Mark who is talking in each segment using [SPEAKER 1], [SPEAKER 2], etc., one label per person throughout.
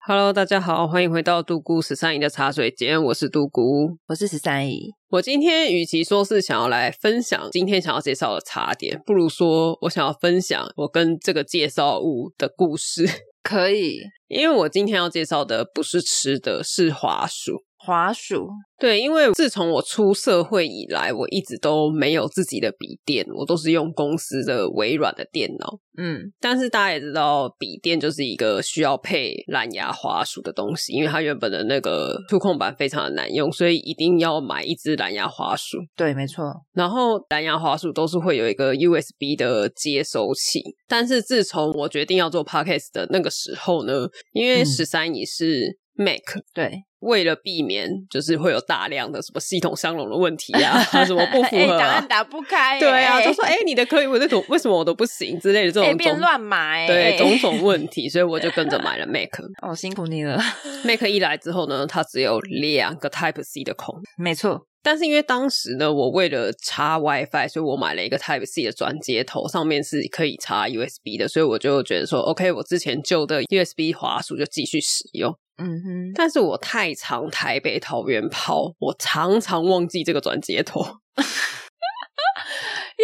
[SPEAKER 1] Hello，大家好，欢迎回到杜姑十三姨的茶水间，我是杜姑。
[SPEAKER 2] 我是十三姨，
[SPEAKER 1] 我今天与其说是想要来分享今天想要介绍的茶点，不如说我想要分享我跟这个介绍物的故事。
[SPEAKER 2] 可以。
[SPEAKER 1] 因为我今天要介绍的不是吃的，是滑鼠。
[SPEAKER 2] 滑鼠
[SPEAKER 1] 对，因为自从我出社会以来，我一直都没有自己的笔电，我都是用公司的微软的电脑。
[SPEAKER 2] 嗯，
[SPEAKER 1] 但是大家也知道，笔电就是一个需要配蓝牙滑鼠的东西，因为它原本的那个触控板非常的难用，所以一定要买一支蓝牙滑鼠。
[SPEAKER 2] 对，没错。
[SPEAKER 1] 然后蓝牙滑鼠都是会有一个 USB 的接收器，但是自从我决定要做 podcast 的那个时候呢，因为
[SPEAKER 2] 嗯
[SPEAKER 1] 十三姨是 Mac，、
[SPEAKER 2] 对，
[SPEAKER 1] 为了避免就是会有大量的什么系统相容的问题啊，什么不符合、
[SPEAKER 2] 哎档
[SPEAKER 1] 啊
[SPEAKER 2] 案打不开耶、
[SPEAKER 1] 对啊，就说哎、你的可以，我这种为什么我都不行之类的这种
[SPEAKER 2] 哎变
[SPEAKER 1] 种
[SPEAKER 2] 乱买
[SPEAKER 1] 对种种问题，所以我就跟着买了 Mac。
[SPEAKER 2] 哦，辛苦你了。
[SPEAKER 1] Mac 一来之后呢，它只有两个 Type C 的孔，
[SPEAKER 2] 没错，
[SPEAKER 1] 但是因为当时呢，我为了插 WiFi，所以我买了一个 Type C 的转接头，上面是可以插 USB 的，所以我就觉得说，OK，我之前旧的 USB 滑鼠就继续使用。
[SPEAKER 2] 嗯 哼，
[SPEAKER 1] 但是我太常台北桃园跑，我常常忘记这个转接头。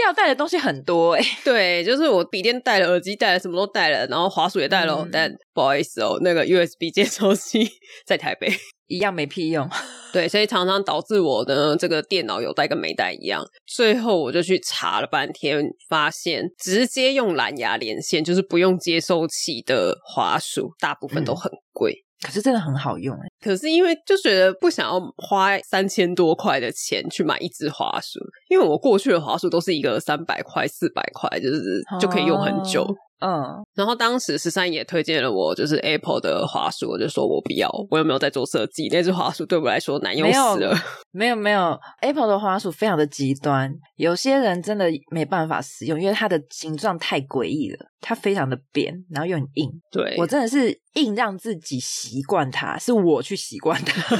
[SPEAKER 2] 要带的东西很多哎、
[SPEAKER 1] 对，就是我笔电带了，耳机带了，什么都带了，然后滑鼠也带了哦，
[SPEAKER 2] 嗯
[SPEAKER 1] 但不好意思哦，那个 USB 接收器 在台北。
[SPEAKER 2] 一样没屁用。
[SPEAKER 1] 对，所以常常导致我呢，这个电脑有带跟没带一样。最后我就去查了半天，发现直接用蓝牙连线，就是不用接收器的滑鼠，大部分
[SPEAKER 2] 嗯
[SPEAKER 1] 都很贵。
[SPEAKER 2] 可是真的很好用哎、
[SPEAKER 1] 可是因为就觉得不想要花三千多块的钱去买一只滑鼠，因为我过去的滑鼠都是一个三百块、四百块，就是就可以用很久。
[SPEAKER 2] 哦嗯，
[SPEAKER 1] 然后当时十三也推荐了我，就是 Apple 的滑鼠，我就说我不要，我又没有在做设计，那只滑鼠对我来说难用
[SPEAKER 2] 没有
[SPEAKER 1] 死了。
[SPEAKER 2] 没有没有，Apple 的滑鼠非常的极端，有些人真的没办法使用，因为它的形状太诡异了，它非常的扁，然后又很硬。
[SPEAKER 1] 对，
[SPEAKER 2] 我真的是硬让自己习惯它，是我去习惯 它，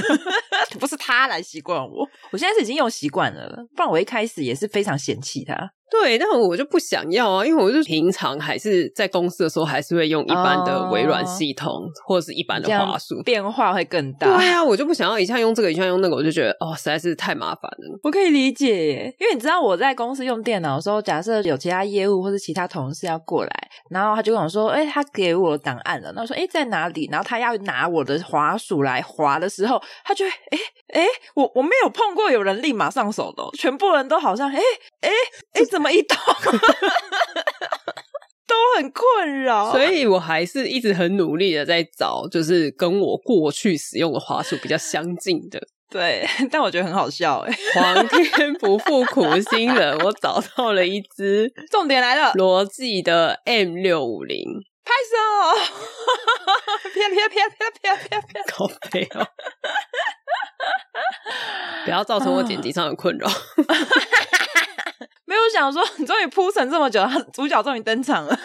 [SPEAKER 2] 不是它来习惯我。我现在是已经用习惯了，不然我一开始也是非常嫌弃它。
[SPEAKER 1] 对，但我就不想要啊，因为我就平常还是在公司的时候，还是会用一般的微软系统、或者是一般的
[SPEAKER 2] 哦这样
[SPEAKER 1] 滑鼠。
[SPEAKER 2] 变化会更大。
[SPEAKER 1] 对啊，我就不想要一下用这个，一下用那个，我就觉得哦，实在是太麻烦了。
[SPEAKER 2] 我可以理解耶，因为你知道我在公司用电脑的时候，假设有其他业务或是其他同事要过来，然后他就跟我说：“哎、他给我档案了。”那我说：“哎、在哪里？”然后他要拿我的滑鼠来滑的时候，他就会：“哎、哎、我我没有碰过有人立马上手的哦、全部人都好像：“哎哎哎，怎么一动？” 都很困扰，
[SPEAKER 1] 所以我还是一直很努力的在找，就是跟我过去使用的滑鼠比较相近 的。
[SPEAKER 2] 对，但我觉得很好笑哎。
[SPEAKER 1] 皇天不负苦心人，我找到了一只
[SPEAKER 2] 重点来了，
[SPEAKER 1] 罗技的 M 六五零，
[SPEAKER 2] 拍手， 啪啪啪啪啪啪啪。
[SPEAKER 1] 靠背哦， 不要造成我剪辑上的困扰。
[SPEAKER 2] 没有我想说， 你终于铺陈这么久，他主角终于登场了，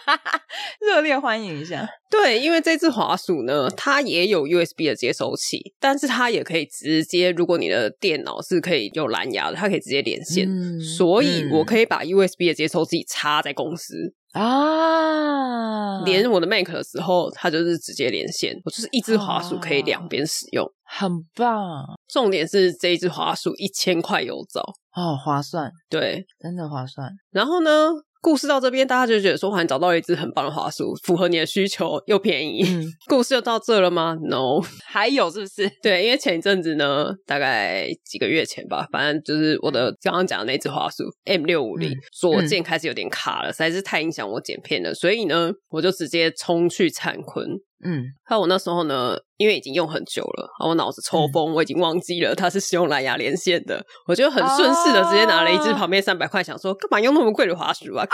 [SPEAKER 2] 热烈欢迎一下。
[SPEAKER 1] 对，因为这只滑鼠呢，它也有 USB 的接收器，但是它也可以直接，如果你的电脑是可以有蓝牙的，它可以直接连线，
[SPEAKER 2] 嗯
[SPEAKER 1] 所以我可以把 USB 的接收器插在公司，
[SPEAKER 2] 以啊，
[SPEAKER 1] 连我的 Mac 的时候，它就是直接连线，我就是一只滑鼠可以
[SPEAKER 2] 啊
[SPEAKER 1] 两边使用。
[SPEAKER 2] 很棒
[SPEAKER 1] 重点是这一只滑鼠一千块有找，
[SPEAKER 2] 哦，划算，
[SPEAKER 1] 对，
[SPEAKER 2] 真的划 算。
[SPEAKER 1] 然后呢？故事到这边，大家就觉得说，哇，你找到一只很棒的滑鼠，符合你的需求又便宜。
[SPEAKER 2] 嗯，
[SPEAKER 1] 故事就到这了吗？No，
[SPEAKER 2] 还有是不是？
[SPEAKER 1] 对，因为前一阵子呢，大概几个月前吧，反正就是我的刚刚讲的那只滑鼠 M 六五零
[SPEAKER 2] 嗯
[SPEAKER 1] 左键开始有点卡了，实在是太影响我剪片了，所以呢，我就直接冲去灿坤，
[SPEAKER 2] 嗯，
[SPEAKER 1] 还有我那时候呢，因为已经用很久了，然后我脑子抽
[SPEAKER 2] 嗯
[SPEAKER 1] 风，我已经忘记了它是使用蓝牙连线的，我就很顺势的直接拿了一支
[SPEAKER 2] 哦
[SPEAKER 1] 旁边三百块，想说干嘛用那么贵的滑鼠啊，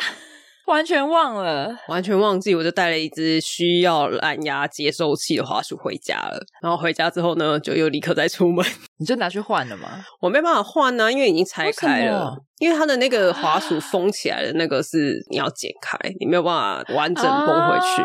[SPEAKER 2] 完全忘了。
[SPEAKER 1] 完全忘记，我就带了一只需要蓝牙接收器的滑鼠回家了。然后回家之后呢，就又立刻再出门，
[SPEAKER 2] 你就拿去换了吗？
[SPEAKER 1] 我没办法换呢、因为已经拆开
[SPEAKER 2] 为什
[SPEAKER 1] 了
[SPEAKER 2] 么。
[SPEAKER 1] 因为它的那个滑 鼠封起来的那个是你要剪开，你没有办法完整封回去。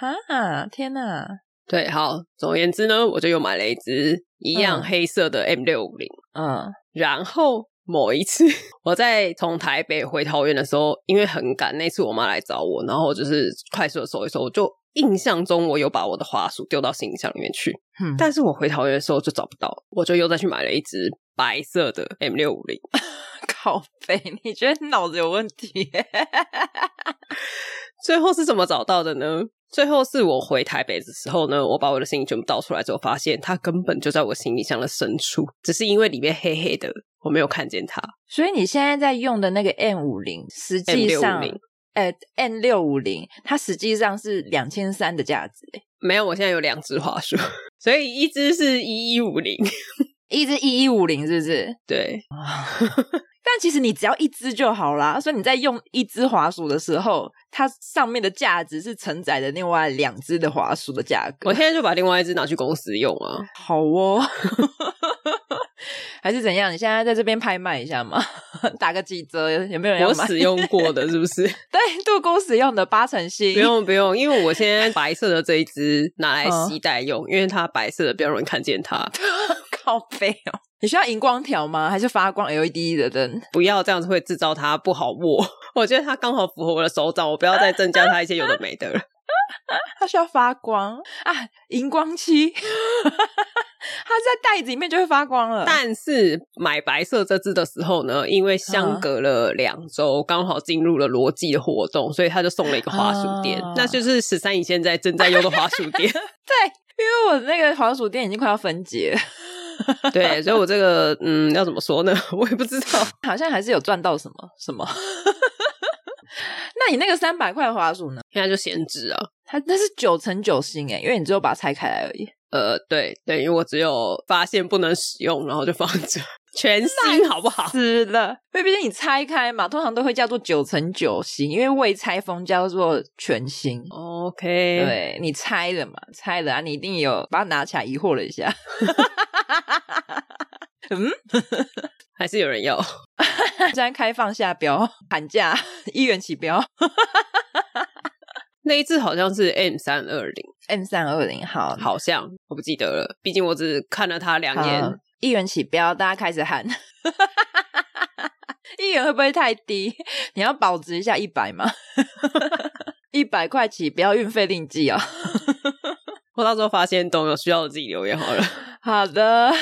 [SPEAKER 2] 啊哈，天哪！
[SPEAKER 1] 对，好，总而言之呢，我就又买了一只一样
[SPEAKER 2] 嗯
[SPEAKER 1] 黑色的 M 六五零。
[SPEAKER 2] 嗯
[SPEAKER 1] 然后某一次， 我在从台北回桃园的时候，因为很赶，那次我妈来找我，然后我就是快速的搜一搜，我就印象中我有把我的滑鼠丢到行李箱里面去，
[SPEAKER 2] 哼，
[SPEAKER 1] 但是我回桃园的时候就找不到，我就又再去买了一只白色的 M 六五零，
[SPEAKER 2] 靠背，你觉得脑子有问题？
[SPEAKER 1] 最后是怎么找到的呢？最后是我回台北的时候呢，我把我的行李全部倒出来之后，发现它根本就在我行李箱的深处，只是因为里面黑黑的，我没有看见它。
[SPEAKER 2] 所以你现在在用的那个 M 五零，实际上
[SPEAKER 1] M650，
[SPEAKER 2] 呃，M 六五零，它实际上是两千三的价值，
[SPEAKER 1] 没有，我现在有两只滑鼠， 所以一只是一一五零，
[SPEAKER 2] 一只一一五零是不是？
[SPEAKER 1] 对，
[SPEAKER 2] 但其实你只要一只就好啦，所以你在用一只滑鼠的时候，它上面的价值是承载的另外两只的滑鼠的价格。
[SPEAKER 1] 我现在就把另外一只拿去公司用啊。
[SPEAKER 2] 好哦， 还是怎样？你现在在这边拍卖一下吗？ 打个几折？有没有人要
[SPEAKER 1] 我
[SPEAKER 2] 买？
[SPEAKER 1] 使用过的是不是？
[SPEAKER 2] 对，度孤使用的八成新，
[SPEAKER 1] 不用不用，因为我现在白色的这一只拿来
[SPEAKER 2] 嗯
[SPEAKER 1] 吸带用，因为它白色的比较容易看见它。
[SPEAKER 2] 靠背哦。你需要荧光条吗？还是发光 LED 的灯？
[SPEAKER 1] 不要这样子会制造它不好握。 我觉得它刚好符合我的手掌，我不要再增加它一些有的没的 了。
[SPEAKER 2] 嗯它需要发光啊，荧光漆， 它在袋子里面就会发光了。
[SPEAKER 1] 但是买白色这只的时候呢，因为相隔了两周，刚好进入了罗技的活动，所以他就送了一个滑鼠垫，
[SPEAKER 2] 啊
[SPEAKER 1] 那就是十三姨现在正在用的滑鼠 垫。
[SPEAKER 2] 对，因为我那个滑鼠垫已经快要分解了，
[SPEAKER 1] 对，所以我这个嗯，要怎么说呢？我也不知道。
[SPEAKER 2] 好像还是有赚到什么什么。 那你那个三百块的滑鼠呢？
[SPEAKER 1] 现在就闲置啊。
[SPEAKER 2] 它那是九乘九星诶，因为你只有把它拆开来而已。
[SPEAKER 1] 呃，对对，因为我只有发现不能使用，然后就放着，全新好不好？
[SPEAKER 2] 死了，因为毕竟你拆开嘛，通常都会叫做九乘九星，因为未拆封叫做全星。
[SPEAKER 1] OK，
[SPEAKER 2] 对你拆了嘛？拆了啊！你一定有把它拿起来疑惑了一下。 嗯，
[SPEAKER 1] 还是有人要。
[SPEAKER 2] 现在开放下标， 喊价一元起标
[SPEAKER 1] 那一只好像是 M 三二零，
[SPEAKER 2] M 三二零，好，
[SPEAKER 1] 好像我不记得了，毕竟我只看了他两
[SPEAKER 2] 好
[SPEAKER 1] 眼。
[SPEAKER 2] 一元起标，大家开始喊。 一元会不会太低？你要保值一下一百吗？ 一百块起标，运费另计哦。
[SPEAKER 1] 我到时候发现懂有需要的自己留言好了，
[SPEAKER 2] 好的，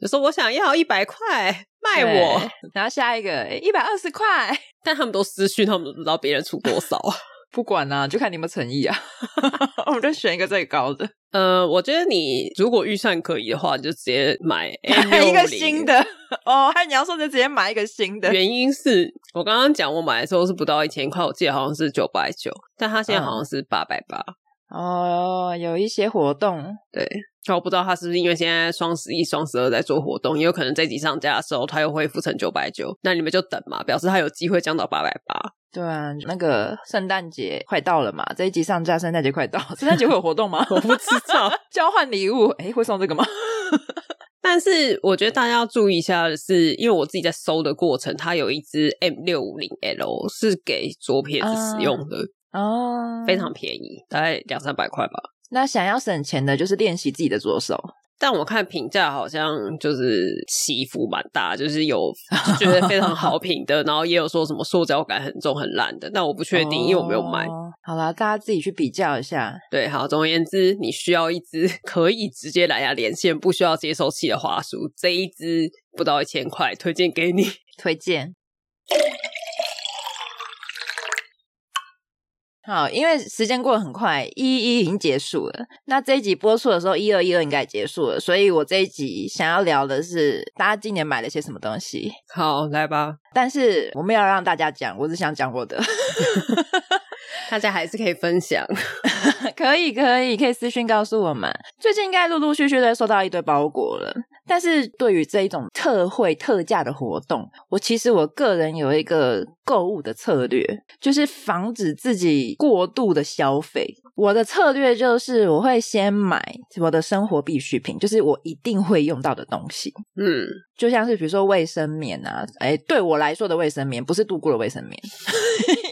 [SPEAKER 1] 就说我想要一百块卖我
[SPEAKER 2] 对，，然后下一个一百二十块，
[SPEAKER 1] 但他们都私讯，他们都不知道别人出多少。啊
[SPEAKER 2] 不管啦、就看你有没有诚意啊。 我们就选一个最高的。
[SPEAKER 1] 呃，我觉得你如果预算可以的话，你就直接买
[SPEAKER 2] 买
[SPEAKER 1] M
[SPEAKER 2] 一个新。的哦，还你要说就直接买一个新的，
[SPEAKER 1] 原因是我刚刚讲，我买的时候是不到一千块，我记得好像是九百九，但它
[SPEAKER 2] 嗯
[SPEAKER 1] 现在好像是八百八。
[SPEAKER 2] 哦，有一些活动，
[SPEAKER 1] 对，那我不知道它是不是因为现在双十一、双十二在做活动，也有可能这集上架的时候它又恢复成九百九，那你们就等嘛，表示它有机会降到八百八。
[SPEAKER 2] 对啊，那个圣诞节快到了嘛，这一集上架，圣诞节快到， 圣诞节会有活动吗？
[SPEAKER 1] 我不知道，
[SPEAKER 2] 交换礼物，诶，会送这个吗？
[SPEAKER 1] 但是我觉得大家要注意一下的是，因为我自己在搜的过程，它有一只 M 六五零 L 是给左撇子使用的，
[SPEAKER 2] 哦，
[SPEAKER 1] 非常。便宜，大概两三百块吧。
[SPEAKER 2] 那想要省钱的，就是练习自己的左手。
[SPEAKER 1] 但我看评价好像就是起伏蛮大，就是有觉得非常好评的，然后也有说什么塑胶感很重很烂的，但我不确定，因为我没有买。
[SPEAKER 2] 哦好啦，大家自己去比较一下。
[SPEAKER 1] 对，好，总而言之，你需要一只可以直接蓝牙连线、不需要接收器的滑鼠，这一只不到一千块，推荐给你。
[SPEAKER 2] 推荐。好，因为时间过得很快，一一已经结束了。那这一集播出的时候，一二一二应该也结束了，所以我这一集想要聊的是大家今年买了些什么东西。
[SPEAKER 1] 好，来吧，
[SPEAKER 2] 但是我没有让大家讲，我只想讲我的。
[SPEAKER 1] 大家还是可以分享。
[SPEAKER 2] 可以，可以，可以私讯告诉我们。最近应该陆陆续续的收到一堆包裹了。但是对于这一种特惠特价的活动，我其实我个人有一个购物的策略，就是防止自己过度的消费。我的策略就是我会先买我的生活必需品，就是我一定会用到的东西。
[SPEAKER 1] 嗯，
[SPEAKER 2] 就像是比如说卫生棉啊，哎，对我来说的卫生棉不是度固的卫生棉，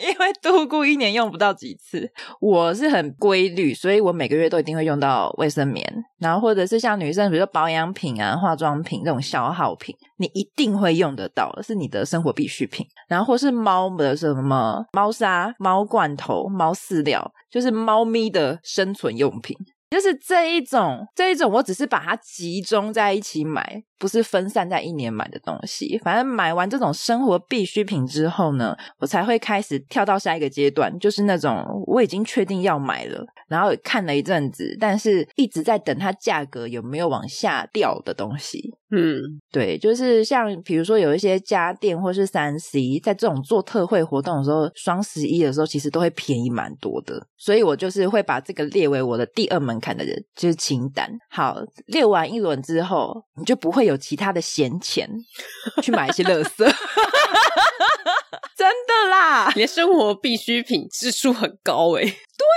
[SPEAKER 2] 因为度固一年用不到几次。我是很规律，所以我每个月都一定会用到卫生棉，然后或者是像女生，比如说保养品啊、化妆品这种消耗品，你一定会用得到，是你的生活必需品。然后或是猫的什么猫砂、猫罐头、猫饲料，就是猫咪的生存用品。就是这一种，这一种，我只是把它集中在一起买，不是分散在一年买的东西。反正买完这种生活必需品之后呢，我才会开始跳到下一个阶段，就是那种我已经确定要买了，然后看了一阵子，但是一直在等它价格有没有往下掉的东西。
[SPEAKER 1] 嗯，
[SPEAKER 2] 对，就是像比如说有一些家电或是三 C，在这种做特惠活动的时候，双十一的时候其实都会便宜蛮多的，所以我就是会把这个列为我的第二门槛的人，就是清单。好，列完一轮之后，你就不会有其他的闲钱去买一些垃圾， 真的啦。
[SPEAKER 1] 你的生活必需品支出很高欸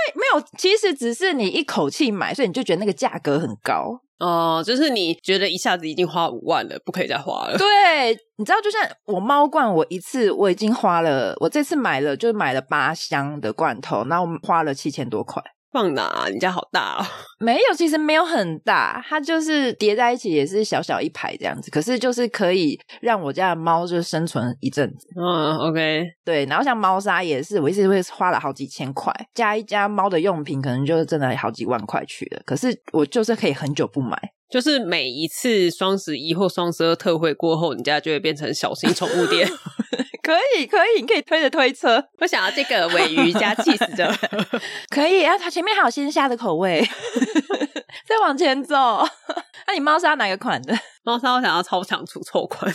[SPEAKER 1] 诶、
[SPEAKER 2] 没有，其实只是你一口气买，所以你就觉得那个价格很高，
[SPEAKER 1] 哦、就是你觉得一下子已经花五万了，不可以再花 了。
[SPEAKER 2] 对，你知道，就像我猫罐，我一次我已经花了，我这次买了就是买了八箱的罐头，然后花了七千多块。
[SPEAKER 1] 放哪、你家好大哦。
[SPEAKER 2] 没有，其实没有很大，它就是叠在一起，也是小小一排这样子。可是就是可以让我家的猫就生存一阵子。
[SPEAKER 1] 嗯，OK，
[SPEAKER 2] 对，然后像猫砂也是，我一次会花了好几千块，加一加猫的用品，可能就是真的好几万块去了。可是我就是可以很久不买。
[SPEAKER 1] 就是每一次双十一或双十二特惠过后，你家就会变成小型宠物店。
[SPEAKER 2] 可以，可以，你可以推着推车，
[SPEAKER 1] 我想要这个尾鱼加 cheese 的，
[SPEAKER 2] 可以，啊然后它前面还有鲜虾的口 味，再往前走。 那你猫砂哪个款的？
[SPEAKER 1] 猫砂我想要超强除臭款。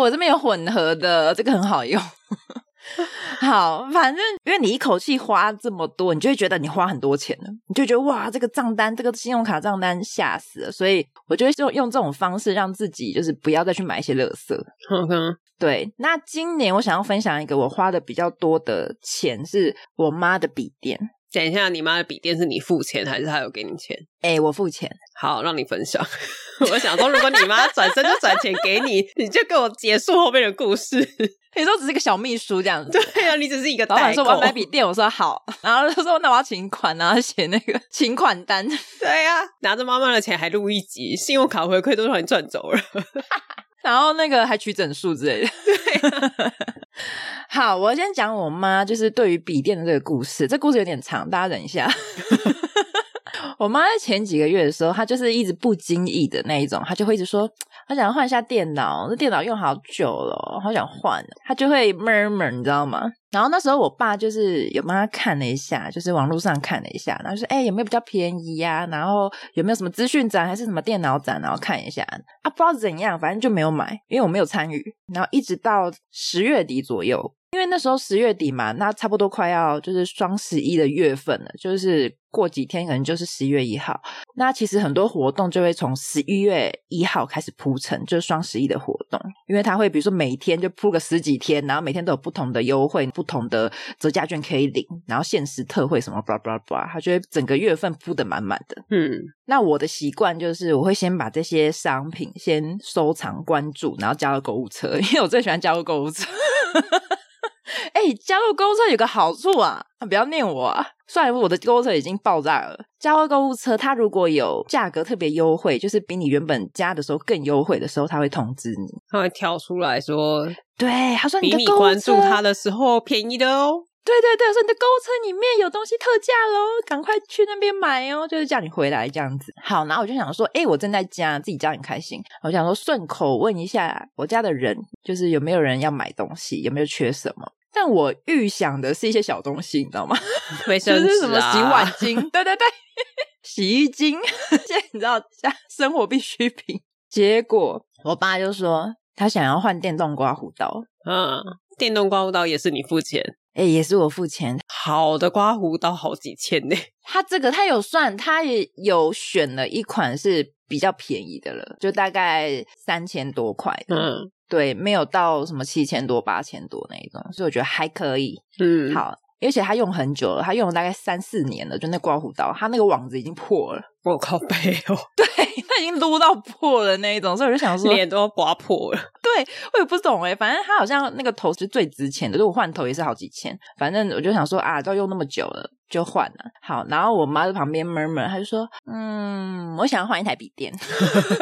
[SPEAKER 2] 我这边有混合的，这个很好用。 好，反正因为你一口气花这么多，你就会觉得你花很多钱了，你就觉得哇，这个账单，这个信用卡账单吓死了。所以我就会用用这种方式让自己就是不要再去买一些垃圾。
[SPEAKER 1] OK，
[SPEAKER 2] 对，那今年我想要分享一个我花的比较多的钱，是我妈的笔电。
[SPEAKER 1] 等一下，你妈的笔电是你付钱还是她有给你钱？
[SPEAKER 2] 哎、我付钱。
[SPEAKER 1] 好，让你分享。 我想说，如果你妈转身就转钱给你， 你就给我结束后面的故事。
[SPEAKER 2] 你说只是个小秘书这样子。
[SPEAKER 1] 对啊，你只是一个
[SPEAKER 2] 老
[SPEAKER 1] 代
[SPEAKER 2] 板
[SPEAKER 1] 购
[SPEAKER 2] 说我要买笔电，我说好， 然后就说那我要请款，然后写那个 请款单。
[SPEAKER 1] 对啊，拿着妈妈的钱还录一集，信用卡回馈都让你赚走了。
[SPEAKER 2] 然后那个还取整数之 类的。对、
[SPEAKER 1] 啊
[SPEAKER 2] 好，我先讲我妈就是对于笔电的这个故事，这故事有点长，大家忍一下。我妈在前几个月的时候，她就是一直不经意的那一种，她就会一直说：“她想换一下电脑，这电脑用好久了，好想换。”哦她就会 murmur，你知道吗？然后那时候我爸就是有帮她看了一下，就是网络上看了一下，然后就说：“哎、有没有比较便宜呀、然后有没有什么资讯展还是什么电脑展？然后看一下。”啊，不知道怎样，反正就没有买，因为我没有参与。然后一直到十月底左右，因为那时候十月底嘛，那差不多快要就是双十一的月份了，就是过几天可能就是十一月一号。那其实很多活动就会从十一月一号开始铺陈，就是双十一的活动，因为它会比如说每天就铺个十几天，然后每天都有不同的优惠、不同的折价券可以领，然后限时特惠什么 blah blah blah，它就会整个月份铺的满满的。
[SPEAKER 1] 嗯，
[SPEAKER 2] 那我的习惯就是，我会先把这些商品先收藏、关注，然后加入购物车，因为我最喜欢加入购物车。 哎、加入购物车有个好处啊，啊不要念我啊！虽然我的购物车已经爆炸了，加入购物车它如果有价格特别优惠，就是比你原本加的时候更优惠的时候，它会通知你。
[SPEAKER 1] 他会跳出来说，
[SPEAKER 2] 对，他说你
[SPEAKER 1] 比
[SPEAKER 2] 的
[SPEAKER 1] 你
[SPEAKER 2] 购物
[SPEAKER 1] 关注
[SPEAKER 2] 车
[SPEAKER 1] 他的时候便宜的哦。
[SPEAKER 2] 对对对，说你的购物车里面有东西特价喽，赶快去那边买哦，就是叫你回来这样子。好，然后我就想说，哎，我正在家，自己家很开心，我想说顺口问一下我家的人，就是有没有人要买东西，有没有缺什么。但我预想的是一些小东西，你知道吗？
[SPEAKER 1] 卫
[SPEAKER 2] 就
[SPEAKER 1] 生纸、啊、
[SPEAKER 2] 是什么洗碗巾， 对对对，洗衣巾， 现在你知道家生活必需品。结果我爸就说他想要换电动刮胡刀，
[SPEAKER 1] 嗯，电动刮胡刀也是你付钱，
[SPEAKER 2] 哎、也是我付钱。
[SPEAKER 1] 好的刮胡刀好几千呢、
[SPEAKER 2] 他这个他有算，他也有选了一款是比较便宜的了，就大概三千多块的，
[SPEAKER 1] 嗯
[SPEAKER 2] 对，没有到什么七千多、八千多那一种，所以我觉得还可以。
[SPEAKER 1] 嗯，，
[SPEAKER 2] 好，而且他用很久了，他用了大概三四年了，就那刮胡刀，他那个网子已经破了，
[SPEAKER 1] 我靠背哦，
[SPEAKER 2] 对，他已经撸到破了那一种，所以我就想 说，
[SPEAKER 1] 脸都要刮破了。
[SPEAKER 2] 我也不懂哎、反正他好像那个头是最值钱的，就我换头也是好几千。反正我就想说啊，都用那么久了，就换了。好，然后我妈在旁边 murmur，她就说：“嗯，我想要换一台笔电。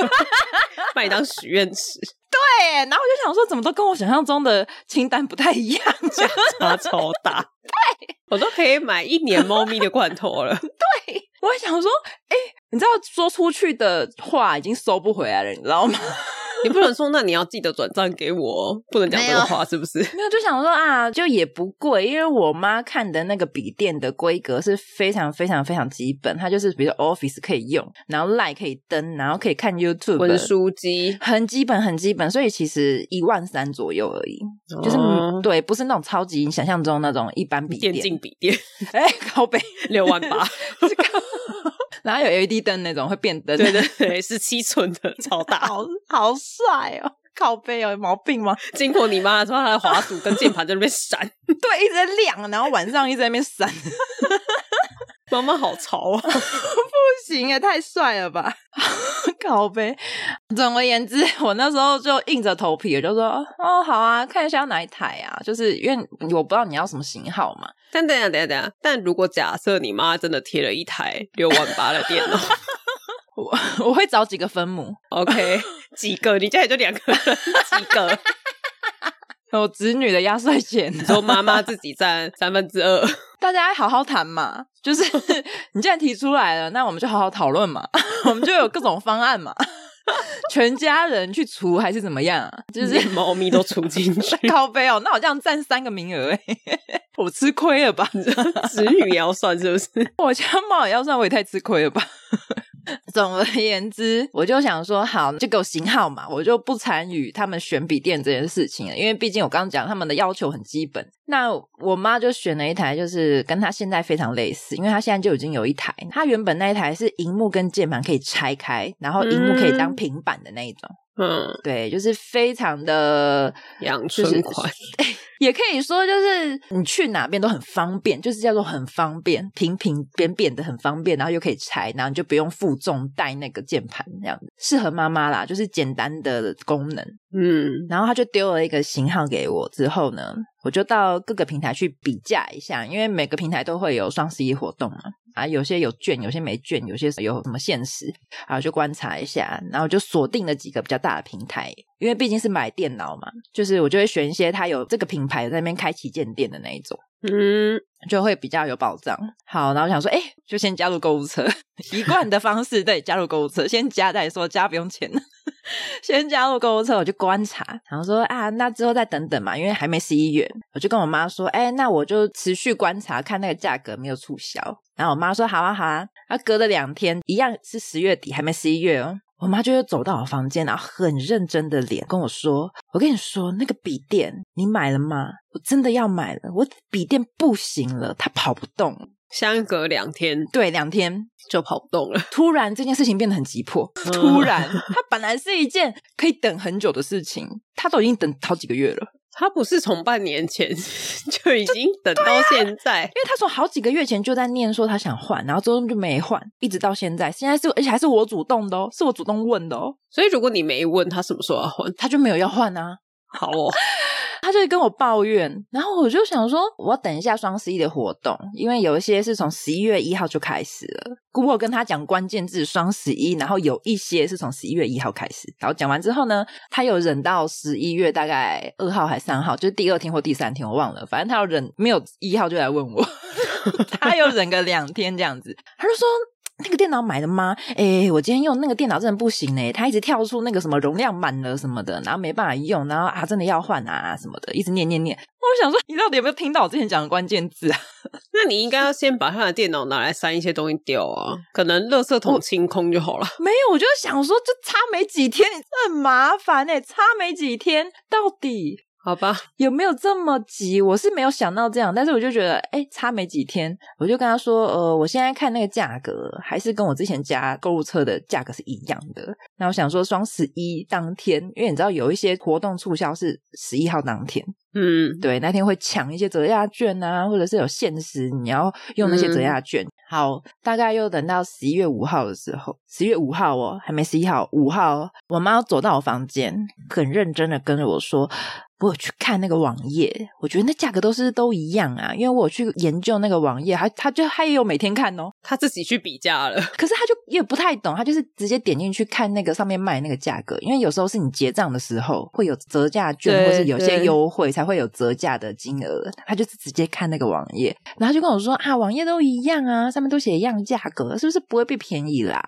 [SPEAKER 1] 把你当许愿池，”
[SPEAKER 2] 对，欸然后我就想说，怎么都跟我想象中的清单不太一样？
[SPEAKER 1] 价差超大。我都可以买一年猫咪的罐头 了。
[SPEAKER 2] 我还想说，哎、你知道说出去的话已经收不回来了，你知道吗？
[SPEAKER 1] 你不能说，那你要记得转账给我哦，不能讲这个话，是不是？
[SPEAKER 2] 没有，就想说啊，就也不贵，因为我妈看的那个笔电的规格是非常非常非常基本，它就是比如说 Office 可以用，然后 Line 可以登，然后可以看 YouTube
[SPEAKER 1] 文，书机
[SPEAKER 2] 很基本很基本，所以其实一万三左右而已，就是、
[SPEAKER 1] 哦
[SPEAKER 2] 对，不是那种超级你想象中那种一般笔
[SPEAKER 1] 电
[SPEAKER 2] 电，
[SPEAKER 1] 竞笔电
[SPEAKER 2] 哎，靠背，
[SPEAKER 1] 六万 八，
[SPEAKER 2] 然后有 LED 灯那种会变灯，
[SPEAKER 1] 对对对，十七寸的超 大。
[SPEAKER 2] 好好帅哦，靠背哦，有毛病吗？
[SPEAKER 1] 经过你妈的时候，她的滑鼠跟键盘在那边闪，
[SPEAKER 2] 对，一直在亮，然后晚上一直在那边闪。
[SPEAKER 1] 妈妈好潮啊！
[SPEAKER 2] 不行也太帅了吧！ 靠呗。总而言之，我那时候就硬着头皮，我就说：“哦，好啊，看一下要哪一台啊。”就是因为我不知道你要什么型号嘛。
[SPEAKER 1] 但等一下等一下等一下，但如果假设你妈真的贴了一台六万八的电脑
[SPEAKER 2] 我我会找几个分母，
[SPEAKER 1] ，OK，几个？你家里就两个人，几个？
[SPEAKER 2] 我子女的 压岁钱，
[SPEAKER 1] 你说妈妈自己占三分之二，
[SPEAKER 2] 大家好好谈嘛。就是 你既然提出来了，那我们就好好讨论嘛， 我们就有各种方案嘛， 全家人去除还是怎么样、 啊？就
[SPEAKER 1] 就是是猫咪都除进去，
[SPEAKER 2] 靠背哦，那我这样占三个名额、欸， 我吃亏了吧？
[SPEAKER 1] 子女也要算是不是？
[SPEAKER 2] 我家猫也要算，我也太吃亏了吧。 总而言之，我就想说，好，就给我型号嘛，我就不参与他们选笔电这件事情了，因为毕竟我刚刚讲他们的要求很基本。那我妈就选了一台，就是跟她现在非常类似，因为她现在就已经有一台，她原本那一台是荧幕跟键盘可以拆开，然后荧幕可以当平板的那一种，
[SPEAKER 1] 嗯，
[SPEAKER 2] 对，就是非常的
[SPEAKER 1] 养
[SPEAKER 2] 就
[SPEAKER 1] 存
[SPEAKER 2] 是
[SPEAKER 1] 款，
[SPEAKER 2] 也可以说，就是你去哪边都很方便，就是叫做很方便，平平扁扁的很方便，然后又可以拆，然后你就不用负重带那个键盘，这样子适合妈妈啦，就是简单的功能。
[SPEAKER 1] 嗯，
[SPEAKER 2] 然后他就丢了一个型号给我，之后呢，我就到各个平台去比价一下，因为每个平台都会有双十一活动嘛，啊，有些有券，有些没券，有些有什么限时，啊，我就观察一下，然后我就锁定了几个比较大的平台，因为毕竟是买电脑嘛，就是我就会选一些它有这个品牌在那边开旗舰店的那一种。
[SPEAKER 1] 嗯，
[SPEAKER 2] 就会比较有保障。好，然后想说，哎、就先加入购物车， 一贯的方式，对，加入购物车，先加再说，加不用钱。先加入购物车，我就观察，然后说啊，那之后再等等嘛，因为还没十一月，我就跟我妈说，哎、那我就持续观察，看那个价格没有促销。然后我妈说，好啊，好啊。然后隔了两天，一样是十月底，还没十一月哦。我妈就又走到我房间，然后很认真的脸跟我说：“我跟你说，那个笔电你买了吗？我真的要买了，我笔电不行了，它跑不动了。
[SPEAKER 1] 相隔两天
[SPEAKER 2] 对，两天
[SPEAKER 1] 就跑不动了，
[SPEAKER 2] 突然这件事情变得很急迫，突然它本来是一件可以等很久的事情，它都已经等好几个月了，
[SPEAKER 1] 他不是从半年前 就已经等到现在，
[SPEAKER 2] 因为他从好几个月前就在念说他想换，然后之后就没换，一直到现在，现在是而且还是我主动的哦，是我主动问的哦，
[SPEAKER 1] 所以如果你没问他什么时候要还，
[SPEAKER 2] 他就没有要换啊。
[SPEAKER 1] 好 哦，
[SPEAKER 2] 他就跟我抱怨，然后我就想说，我要等一下双十一的活动，因为有一些是从十一月一号就开始了。我有跟他讲关键字双十一，然后有一些是从十一月一号开始。然后讲完之后呢，他有忍到十一月大概二号还三号，就是第二天或第三天，我忘了，反正他有忍，没有一号就来问我， 他有忍个两天这样子，他就说。那个电脑买了吗？诶、我今天用那个电脑真的不行嘞、它一直跳出那个什么容量满了什么的，然后没办法用，然后啊，真的要换啊什么的，一直念念念。我想说，你到底有没有听到我之前讲的关键字啊？
[SPEAKER 1] 那你应该要先把他的电脑拿来删一些东西掉啊，可能垃圾桶清空就好了。
[SPEAKER 2] 没有，我就想说，就差没几天，很麻烦哎、差没几天，到底
[SPEAKER 1] 好吧，
[SPEAKER 2] 有没有这么急？我是没有想到这样，但是我就觉得，哎、差没几天，我就跟他说，呃，我现在看那个价格，还是跟我之前加购物车的价格是一样的。那我想说，双十一当天，因为你知道有一些活动促销是十一号当天，
[SPEAKER 1] 嗯，
[SPEAKER 2] 对，那天会抢一些折价券啊，或者是有限时，你要用那些折价券。好，大概又等到十一月五号的时候，十月五号哦，还没十一号，五号哦，我妈走到我房间，很认真的跟着我说。我有去看那个网页，我觉得那价格都是都一样啊，因为我有去研究那个网页，还他就他也有每天看哦，
[SPEAKER 1] 他自己去比价了，
[SPEAKER 2] 可是他就也不太懂，他就是直接点进去看那个上面卖那个价格，因为有时候是你结账的时候会有折价券，
[SPEAKER 1] 对
[SPEAKER 2] 或是有一些
[SPEAKER 1] 对
[SPEAKER 2] 优惠才会有折价的金额，他就是直接看那个网页，然后他就跟我说啊，网页都一样啊，上面都写一样价格，是不是不会被便宜啦？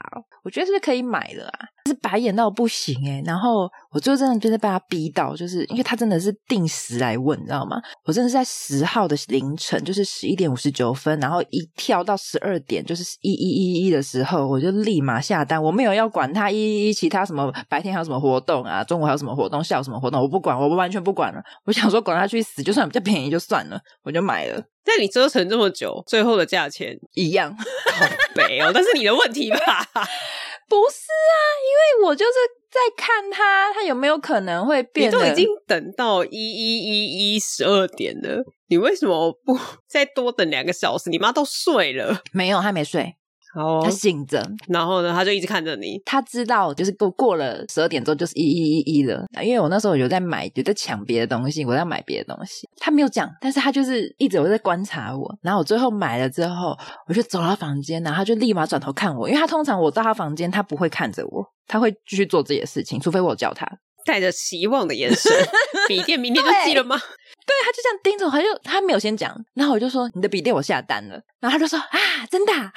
[SPEAKER 2] 我觉得是不是可以买了啊？就是白眼到不行诶、然后我最后真的就是被他逼到，就是因为他真的是定时来问，你知道吗？我真的是在十号的凌晨，就是十一点五十九分，然后一跳到十二点，就是一一一一的时候，我就立马下单。我没有要管他一一一其他什么白天还有什么活动啊，中午还有什么活动，下午什么活动，我不管，我完全不管了。我想说管他去死，就算比较便宜就算了，我就买了
[SPEAKER 1] 但你折腾这么久，最后的价钱
[SPEAKER 2] 一样。
[SPEAKER 1] 没有，但是你的问题吧？
[SPEAKER 2] 不是啊，因为我就是在看他，他有没有可能会
[SPEAKER 1] 你
[SPEAKER 2] 变得
[SPEAKER 1] 都已经等到一一一一十二点了，你为什么不 再多等两个小时？你妈都睡了。
[SPEAKER 2] 没有，他没睡，
[SPEAKER 1] 好哦
[SPEAKER 2] 他醒着。
[SPEAKER 1] 然后呢，她就一直看着你。
[SPEAKER 2] 他知道，就是过过了十二点之后就是一一一一了，因为我那时候有在买，有在抢别的东西，我在买别的东西，他没有讲，但是他就是一直有在观察我，然后我最后买了之后，我就走到房间，然后他就立马转头看我，因为他通常我到他房间，他不会看着我，他会继续做自己的事情，除非我有叫他，
[SPEAKER 1] 带着期望的眼 神，笔电明天就寄了吗？
[SPEAKER 2] 对，他就这样盯着我，他就他没有先讲，然后我就说你的笔电我下单了，然后他就说啊，真的啊、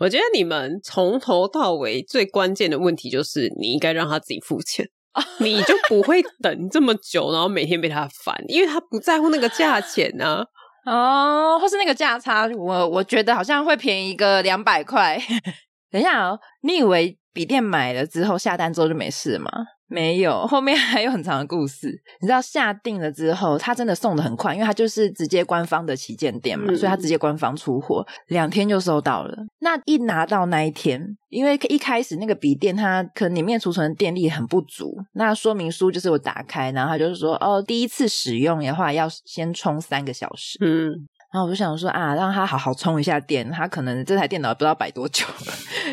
[SPEAKER 1] 我觉得你们从头到尾最关键的问题就是，你应该让他自己付钱，
[SPEAKER 2] 哦
[SPEAKER 1] 你就不会等这么久，然后每天被他烦，因为他不在乎那个价钱啊。
[SPEAKER 2] 哦，或是那个价差，我我觉得好像会便宜个两百块。 等一下哦，你以为笔电买了之后下单之后就没事吗？没有，后面还有很长的故事。你知道下定了之后，他真的送的很快，因为他就是直接官方的旗舰店嘛，
[SPEAKER 1] 嗯
[SPEAKER 2] 所以他直接官方出货，两天就收到了。那一拿到那一天，因为一开始那个笔电它可能里面储存的电力很不足，那说明书就是我打开，然后他就是说哦，第一次使用的话要先充三个小时。
[SPEAKER 1] 嗯，
[SPEAKER 2] 然后我就想说啊，让他好好充一下电，他可能这台电脑不知道摆多久了，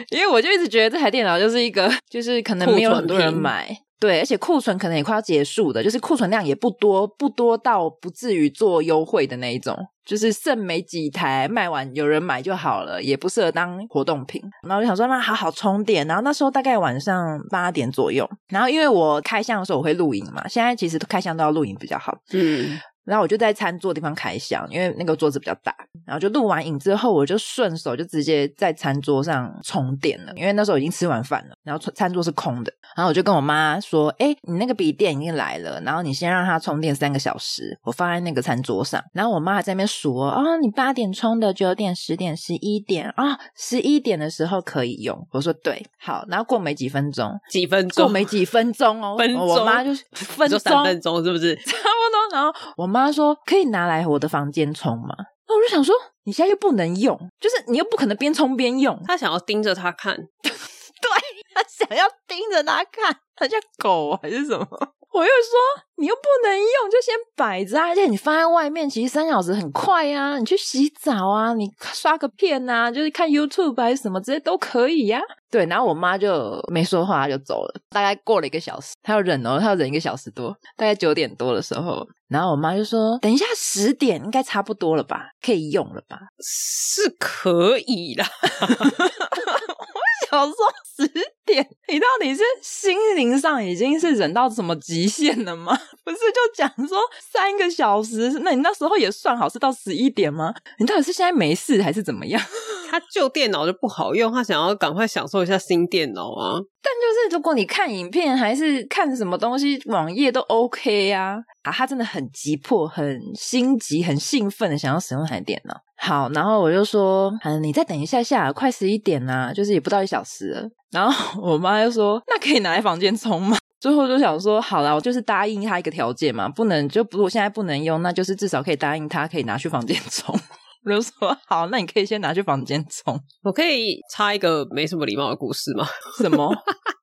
[SPEAKER 2] 因为我就一直觉得这台电脑就是一个，就是可能没有很多人买，对，而且库存可能也快要结束的，就是库存量也不多，不多到不至于做优惠的那一种，就是剩没几台，卖完有人买就好了，也不适合当活动品。然后我就想说，那好好充电。然后那时候大概晚上八点左右，然后因为我开箱的时候我会录影嘛，现在其实开箱都要录影比较好，
[SPEAKER 1] 嗯，
[SPEAKER 2] 然后我就在餐桌地方开箱，因为那个桌子比较大。然后就录完影之后，我就顺手就直接在餐桌上充电了，因为那时候已经吃完饭了，然后餐餐桌是空的。然后我就跟我妈说：“哎、你那个笔电已经来了，然后你先让它充电三个小时，我放在那个餐桌上。”然后我妈还在那边数哦：“啊，你八点充的，九点、十点、十一点啊，十、1一点的时候可以用。”我说：“对，好。”然后过没几分钟，
[SPEAKER 1] 几分
[SPEAKER 2] 过
[SPEAKER 1] 钟
[SPEAKER 2] 没几分钟哦，
[SPEAKER 1] 分钟
[SPEAKER 2] 我妈就是分
[SPEAKER 1] 你说
[SPEAKER 2] 钟
[SPEAKER 1] 三分钟是不是？
[SPEAKER 2] 差不多。然后我妈说可以拿来我的房间充吗？那我就想说，你现在又不能用，就是你又不可能边充边用，
[SPEAKER 1] 他想要盯着他看，
[SPEAKER 2] 他想要盯着他看，他像狗还是什么？ 我又说你又不能用，就先摆着啊！而且你放在外面，其实三小时很快啊。你去洗澡啊，你刷个片啊，就是看 YouTube 还是什么之类都可以呀、对，然后我妈就没说话，她就走了。大概过了一个小时，她要忍哦，她要忍一个小时多，大概九点多的时候，然后我妈就说：“等一下十点应该差不多了吧，可以用了吧？”
[SPEAKER 1] 是可以啦。
[SPEAKER 2] 小时候十点，你到底是心灵上已经是忍到什么极限了吗？ 不是就讲说三个小时，那你那时候也算好是到十一点吗？你到底是现在没事还是怎么样？
[SPEAKER 1] 他旧电脑就不好用，他想要赶快享受一下新电脑啊。
[SPEAKER 2] 但就是如果你看影片还是看什么东西，网页都 OK 呀、啊。啊，他真的很急迫、很心急、很兴奋的想要使用台电脑。好，然后我就说，嗯，你再等一下啊下，快十一点啦、就是也不到一小时了。然后我妈就说，那可以拿来房间充吗？ 最后就想说，好了，我就是答应他一个条件嘛，不能就不，我现在不能用，那就是至少可以答应他可以拿去房间冲。 我就说好，那你可以先拿去房间冲。
[SPEAKER 1] 我可以插一个没什么礼貌的故事吗？
[SPEAKER 2] 什么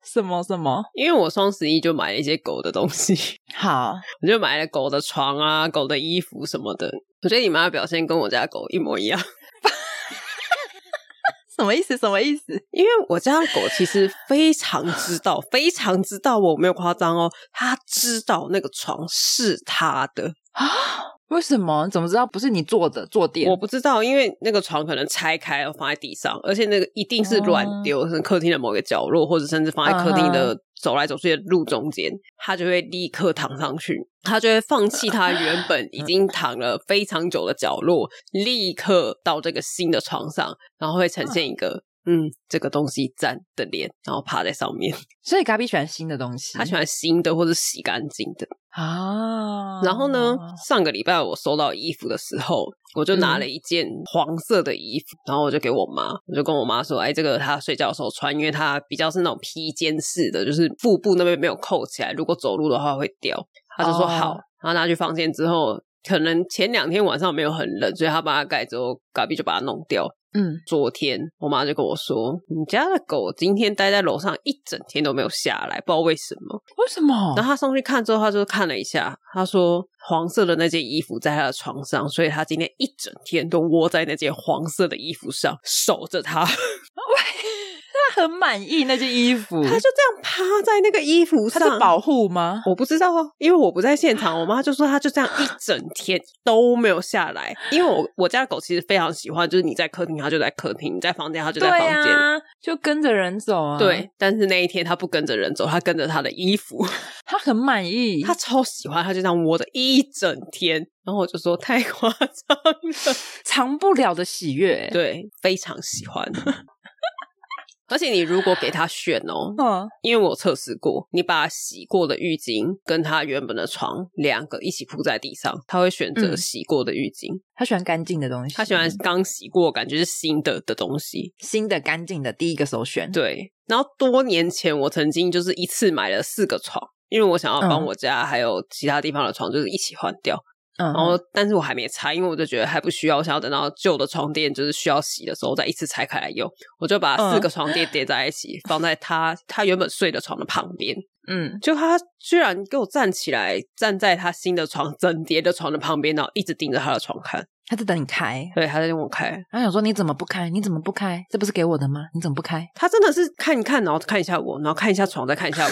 [SPEAKER 2] 什么什么？
[SPEAKER 1] 因为我双十一就买了一些狗的东西，
[SPEAKER 2] 好，
[SPEAKER 1] 我就买了狗的床啊、狗的衣服什么的。我觉得你妈的表现跟我家狗一模一样，
[SPEAKER 2] 什么意思？什么意思？
[SPEAKER 1] 因为我家的狗其实非常知道，非常知道我没有夸张哦，它知道那个床是它的。
[SPEAKER 2] 啊？为什么？怎么知道不是你做的坐垫？
[SPEAKER 1] 我不知道，因为那个床可能拆开然后放在地上，而且那个一定是乱丢，可能客厅的某个角落，或者甚至放在客厅的走来走去的路中间，它就会立刻躺上去，它就会放弃它原本已经躺了非常久的角落，立刻到这个新的床上，然后会呈现一个。嗯，这个东西赞的脸，然后趴在上面。
[SPEAKER 2] 所以嘎比喜欢新的东西，
[SPEAKER 1] 他喜欢新的或者洗干净的。
[SPEAKER 2] 啊。
[SPEAKER 1] 然后呢，上个礼拜我收到衣服的时候，我就拿了一件黄色的衣服，然后我就给我妈，我就跟我妈说：“哎，这个她睡觉的时候穿，因为她比较是那种披肩式的，就是腹部那边没有扣起来，如果走路的话会掉。”她就说：“
[SPEAKER 2] 哦
[SPEAKER 1] 好。”然后拿去房间之后，可能前两天晚上没有很冷，所以她把它盖之后，隔壁就把它弄掉。
[SPEAKER 2] 嗯，
[SPEAKER 1] 昨天我妈就跟我说：“你家的狗今天待在楼上一整天都没有下来，不知道为什么。”
[SPEAKER 2] 为什么
[SPEAKER 1] 然？后他上去看之后，他就看了一下，他说黄色的那件衣服在他的床上，所以他今天一整天都窝在那件黄色的衣服上，守着它，
[SPEAKER 2] 他很满意那件衣服，
[SPEAKER 1] 他就这样趴在那个衣服
[SPEAKER 2] 他
[SPEAKER 1] 上。
[SPEAKER 2] 是保护吗？
[SPEAKER 1] 我不知道，啊，因为我不在现场，我妈就说她就这样一整天都没有下来。因为我我家的狗其实非常喜欢，就是你在客厅，它就在客厅；你在房间，它就在
[SPEAKER 2] 对
[SPEAKER 1] 房间。
[SPEAKER 2] 啊，就跟着人走啊。
[SPEAKER 1] 对，，但是那一天它不跟着人走，它跟着它的衣服。
[SPEAKER 2] 他很满意。
[SPEAKER 1] 他超喜欢，他就这样窝着一整天，然后我就说太夸张了，
[SPEAKER 2] 藏不了的喜悦。，
[SPEAKER 1] 对，非常喜欢。 而且你如果给他选哦，
[SPEAKER 2] 嗯，
[SPEAKER 1] 因为我有测试过，你把洗过的浴巾跟他原本的床两个一起铺在地上，他会选择
[SPEAKER 2] 嗯
[SPEAKER 1] 洗过的浴巾，
[SPEAKER 2] 他喜欢干净的东西，
[SPEAKER 1] 他喜欢刚洗过，感觉是新的的东西。
[SPEAKER 2] 新的、干净的第一个首选。，
[SPEAKER 1] 对，然后多年前我曾经就是一次买了四个床，因为我想要帮
[SPEAKER 2] 嗯
[SPEAKER 1] 我家还有其他地方的床就是一起换掉。
[SPEAKER 2] 嗯，
[SPEAKER 1] 然后，但是我还没拆，因为我就觉得还不需要，我想要等到旧的床垫就是需要洗的时候再一次拆开来用。我就把四个床垫叠在一起，放在他他原本睡的床的旁边。
[SPEAKER 2] 嗯，
[SPEAKER 1] 就他居然给我站起来，站在他新的床整叠的床的旁边，然后一直盯着他的床看。
[SPEAKER 2] 他在等你开。
[SPEAKER 1] 对，他在跟我开，
[SPEAKER 2] 他想说：“你怎么不开？你怎么不开？这不是给我的吗？你怎么不开
[SPEAKER 1] 他真的是看一看，然后看一下我，然后看一下床，再看一下我，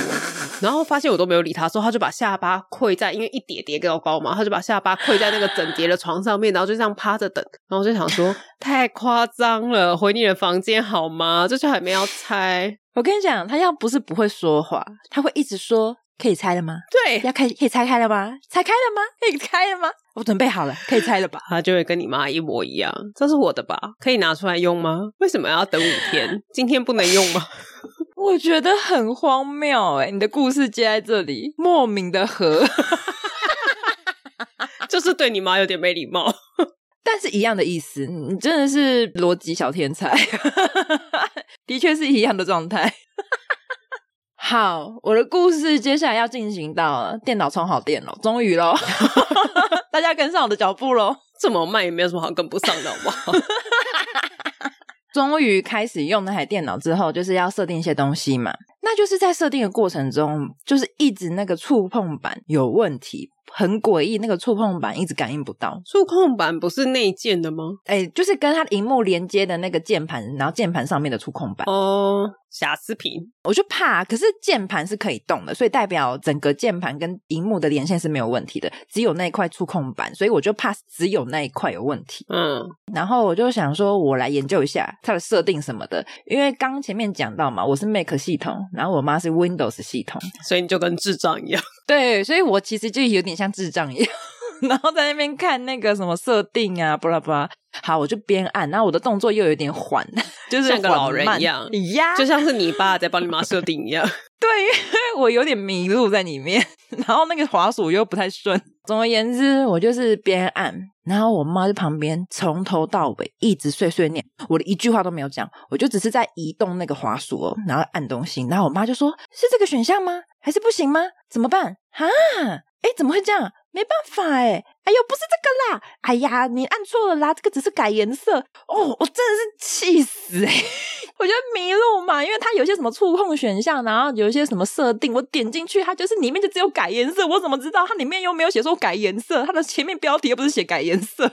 [SPEAKER 1] 然后发现我都没有理他，之后他就把下巴跪在，因为一叠叠高高嘛，他就把下巴跪在那个整叠的床上面，然后就这样趴着等。然后我就想说，太夸张了，回你的房间好吗？这就还没要拆，？”
[SPEAKER 2] 我跟你讲，他要不是不会说话，他会一直说：“可以拆了吗？
[SPEAKER 1] 对，
[SPEAKER 2] 要开可以拆开了吗？拆开了吗？可以开了吗？我准备好了，可以拆了吧？”
[SPEAKER 1] 他就会跟你妈一模一样。这是我的吧？可以拿出来用吗？为什么要等五天？今天不能用吗？
[SPEAKER 2] 我觉得很荒谬哎、你的故事接在这里，莫名的和，
[SPEAKER 1] 就是对你妈有点没礼貌。
[SPEAKER 2] 但是一样的意思。你真的是逻辑小天才， 的确是一样的状态。 好，我的故事接下来要进行到电脑充好电了，终于喽， 大家跟上我的脚步喽。
[SPEAKER 1] 这么慢也没有什么好跟不上的，好不好？
[SPEAKER 2] 终于开始用那台电脑之后，就是要设定一些东西嘛。那就是在设定的过程中，就是一直那个触碰板有问题，很诡异，那个触碰板一直感应不到。
[SPEAKER 1] 触控板不是内建的吗？
[SPEAKER 2] 哎，就是跟它荧幕连接的那个键盘，然后键盘上面的触控板，
[SPEAKER 1] 哦，瑕疵品。
[SPEAKER 2] 我就怕。可是键盘是可以动的，所以代表整个键盘跟荧幕的连线是没有问题的，只有那一块触控板，所以我就怕只有那一块有问题。
[SPEAKER 1] 嗯，
[SPEAKER 2] 然后我就想说，我来研究一下它的设定什么的，因为刚前面讲到嘛，我是 Mac 系统，然后我妈是 Windows 系统，
[SPEAKER 1] 所以你就跟智障一样。
[SPEAKER 2] 对，所以我其实就有点像智障一样， 然后在那边看那个什么设定啊，巴拉巴拉。好，我就边按，然后我的动作又有点缓，就 是
[SPEAKER 1] 像个
[SPEAKER 2] 缓
[SPEAKER 1] 老人
[SPEAKER 2] 慢
[SPEAKER 1] 一样
[SPEAKER 2] 呀，
[SPEAKER 1] 就像是你爸在帮你妈设定一样，
[SPEAKER 2] 对，因为我有点迷路在里面，然后那个滑鼠又不太顺。总而言之，我就是边按，然后我妈在旁边从头到尾一直碎碎念，我的一句话都没有讲，我就只是在移动那个滑鼠、哦，然后按东西。然后我妈就说：“是这个选项吗？还是不行吗？怎么办？哈，哎，怎么会这样？没办法哎，哎呦，不是这个啦！哎呀，你按错了啦，这个只是改颜色哦，我真的是气死哎！我觉得迷路嘛，因为它有些什么触控选项，然后有一些什么设定，我点进去，它就是里面就只有改颜色，我怎么知道它里面又没有写说改颜色？它的前面标题又不是写改颜 色，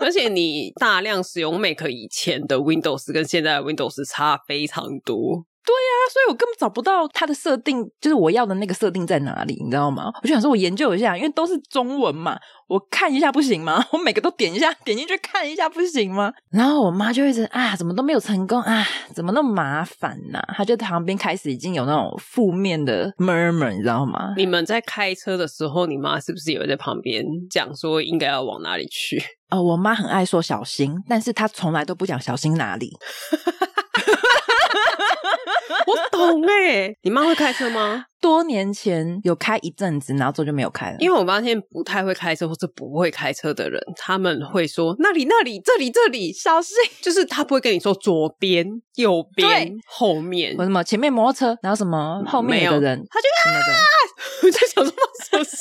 [SPEAKER 1] 而且你大量使用 Mac 以前的 Windows 跟现在的 Windows 差非常多。
[SPEAKER 2] 啊所以我根本找不到它的设定，就是我要的那个设定在哪里，你知道吗？我就想说，我研究一下，因为都是中文嘛，我看一下不行吗？ 我每个都点一下，点进去看一下不行吗？然后我妈就一直啊，怎么都没有成功啊，怎么那么麻烦呐、她就在旁边开始已经有那种负面的 murmur，你知道吗？
[SPEAKER 1] 你们在开车的时候，你妈是不是也会在旁边讲说应该要往哪里去？
[SPEAKER 2] 哦，我妈很爱说小心，但是她从来都不讲小心哪里。
[SPEAKER 1] 我懂哎、你妈会开车吗？
[SPEAKER 2] 多年前有开一阵子，然后之后就没有开了，
[SPEAKER 1] 因为我发现不太会开车或者不会开车的人，他们会说那里那里这里这里小心，就是他不会跟你说左边、右边
[SPEAKER 2] 对、
[SPEAKER 1] 后面。
[SPEAKER 2] 我什么前面摩托车，然后什么后面有个人，啊
[SPEAKER 1] 他就
[SPEAKER 2] 什么的。
[SPEAKER 1] 我在想说发生什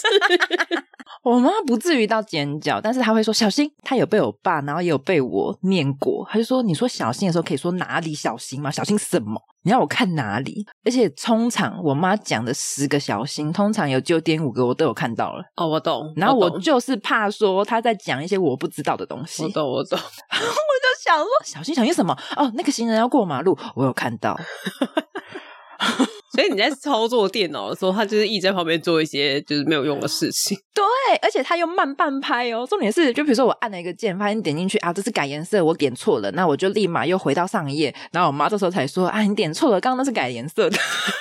[SPEAKER 1] 么事，
[SPEAKER 2] 我妈不至于到尖叫，但是她会说小心。她有被我爸，然后也有被我念过。她就说：“你说小心的时候，可以说哪里小心吗？小心什么？你要我看哪里？而且通常我妈讲的十个小心，通常有九点五个我都有看到了。
[SPEAKER 1] 哦，我 懂。
[SPEAKER 2] 然后我
[SPEAKER 1] 懂
[SPEAKER 2] 就是怕说她在讲一些我不知道的东西，
[SPEAKER 1] 我
[SPEAKER 2] 我
[SPEAKER 1] 懂，我懂。
[SPEAKER 2] 就想说 小心小心什么？哦，那个行人要过马路，我有看到。
[SPEAKER 1] 所以你在操作电脑的时候，他就是一直在旁边做一些就是没有用的事情。
[SPEAKER 2] 对，而且它又慢半拍哦。重点是，就比如说我按了一个键，发现点进去啊，这是改颜色，我点错了，那我就立马又回到上一页。然后我妈这时候才说啊，你点错了，刚刚那是改颜色的，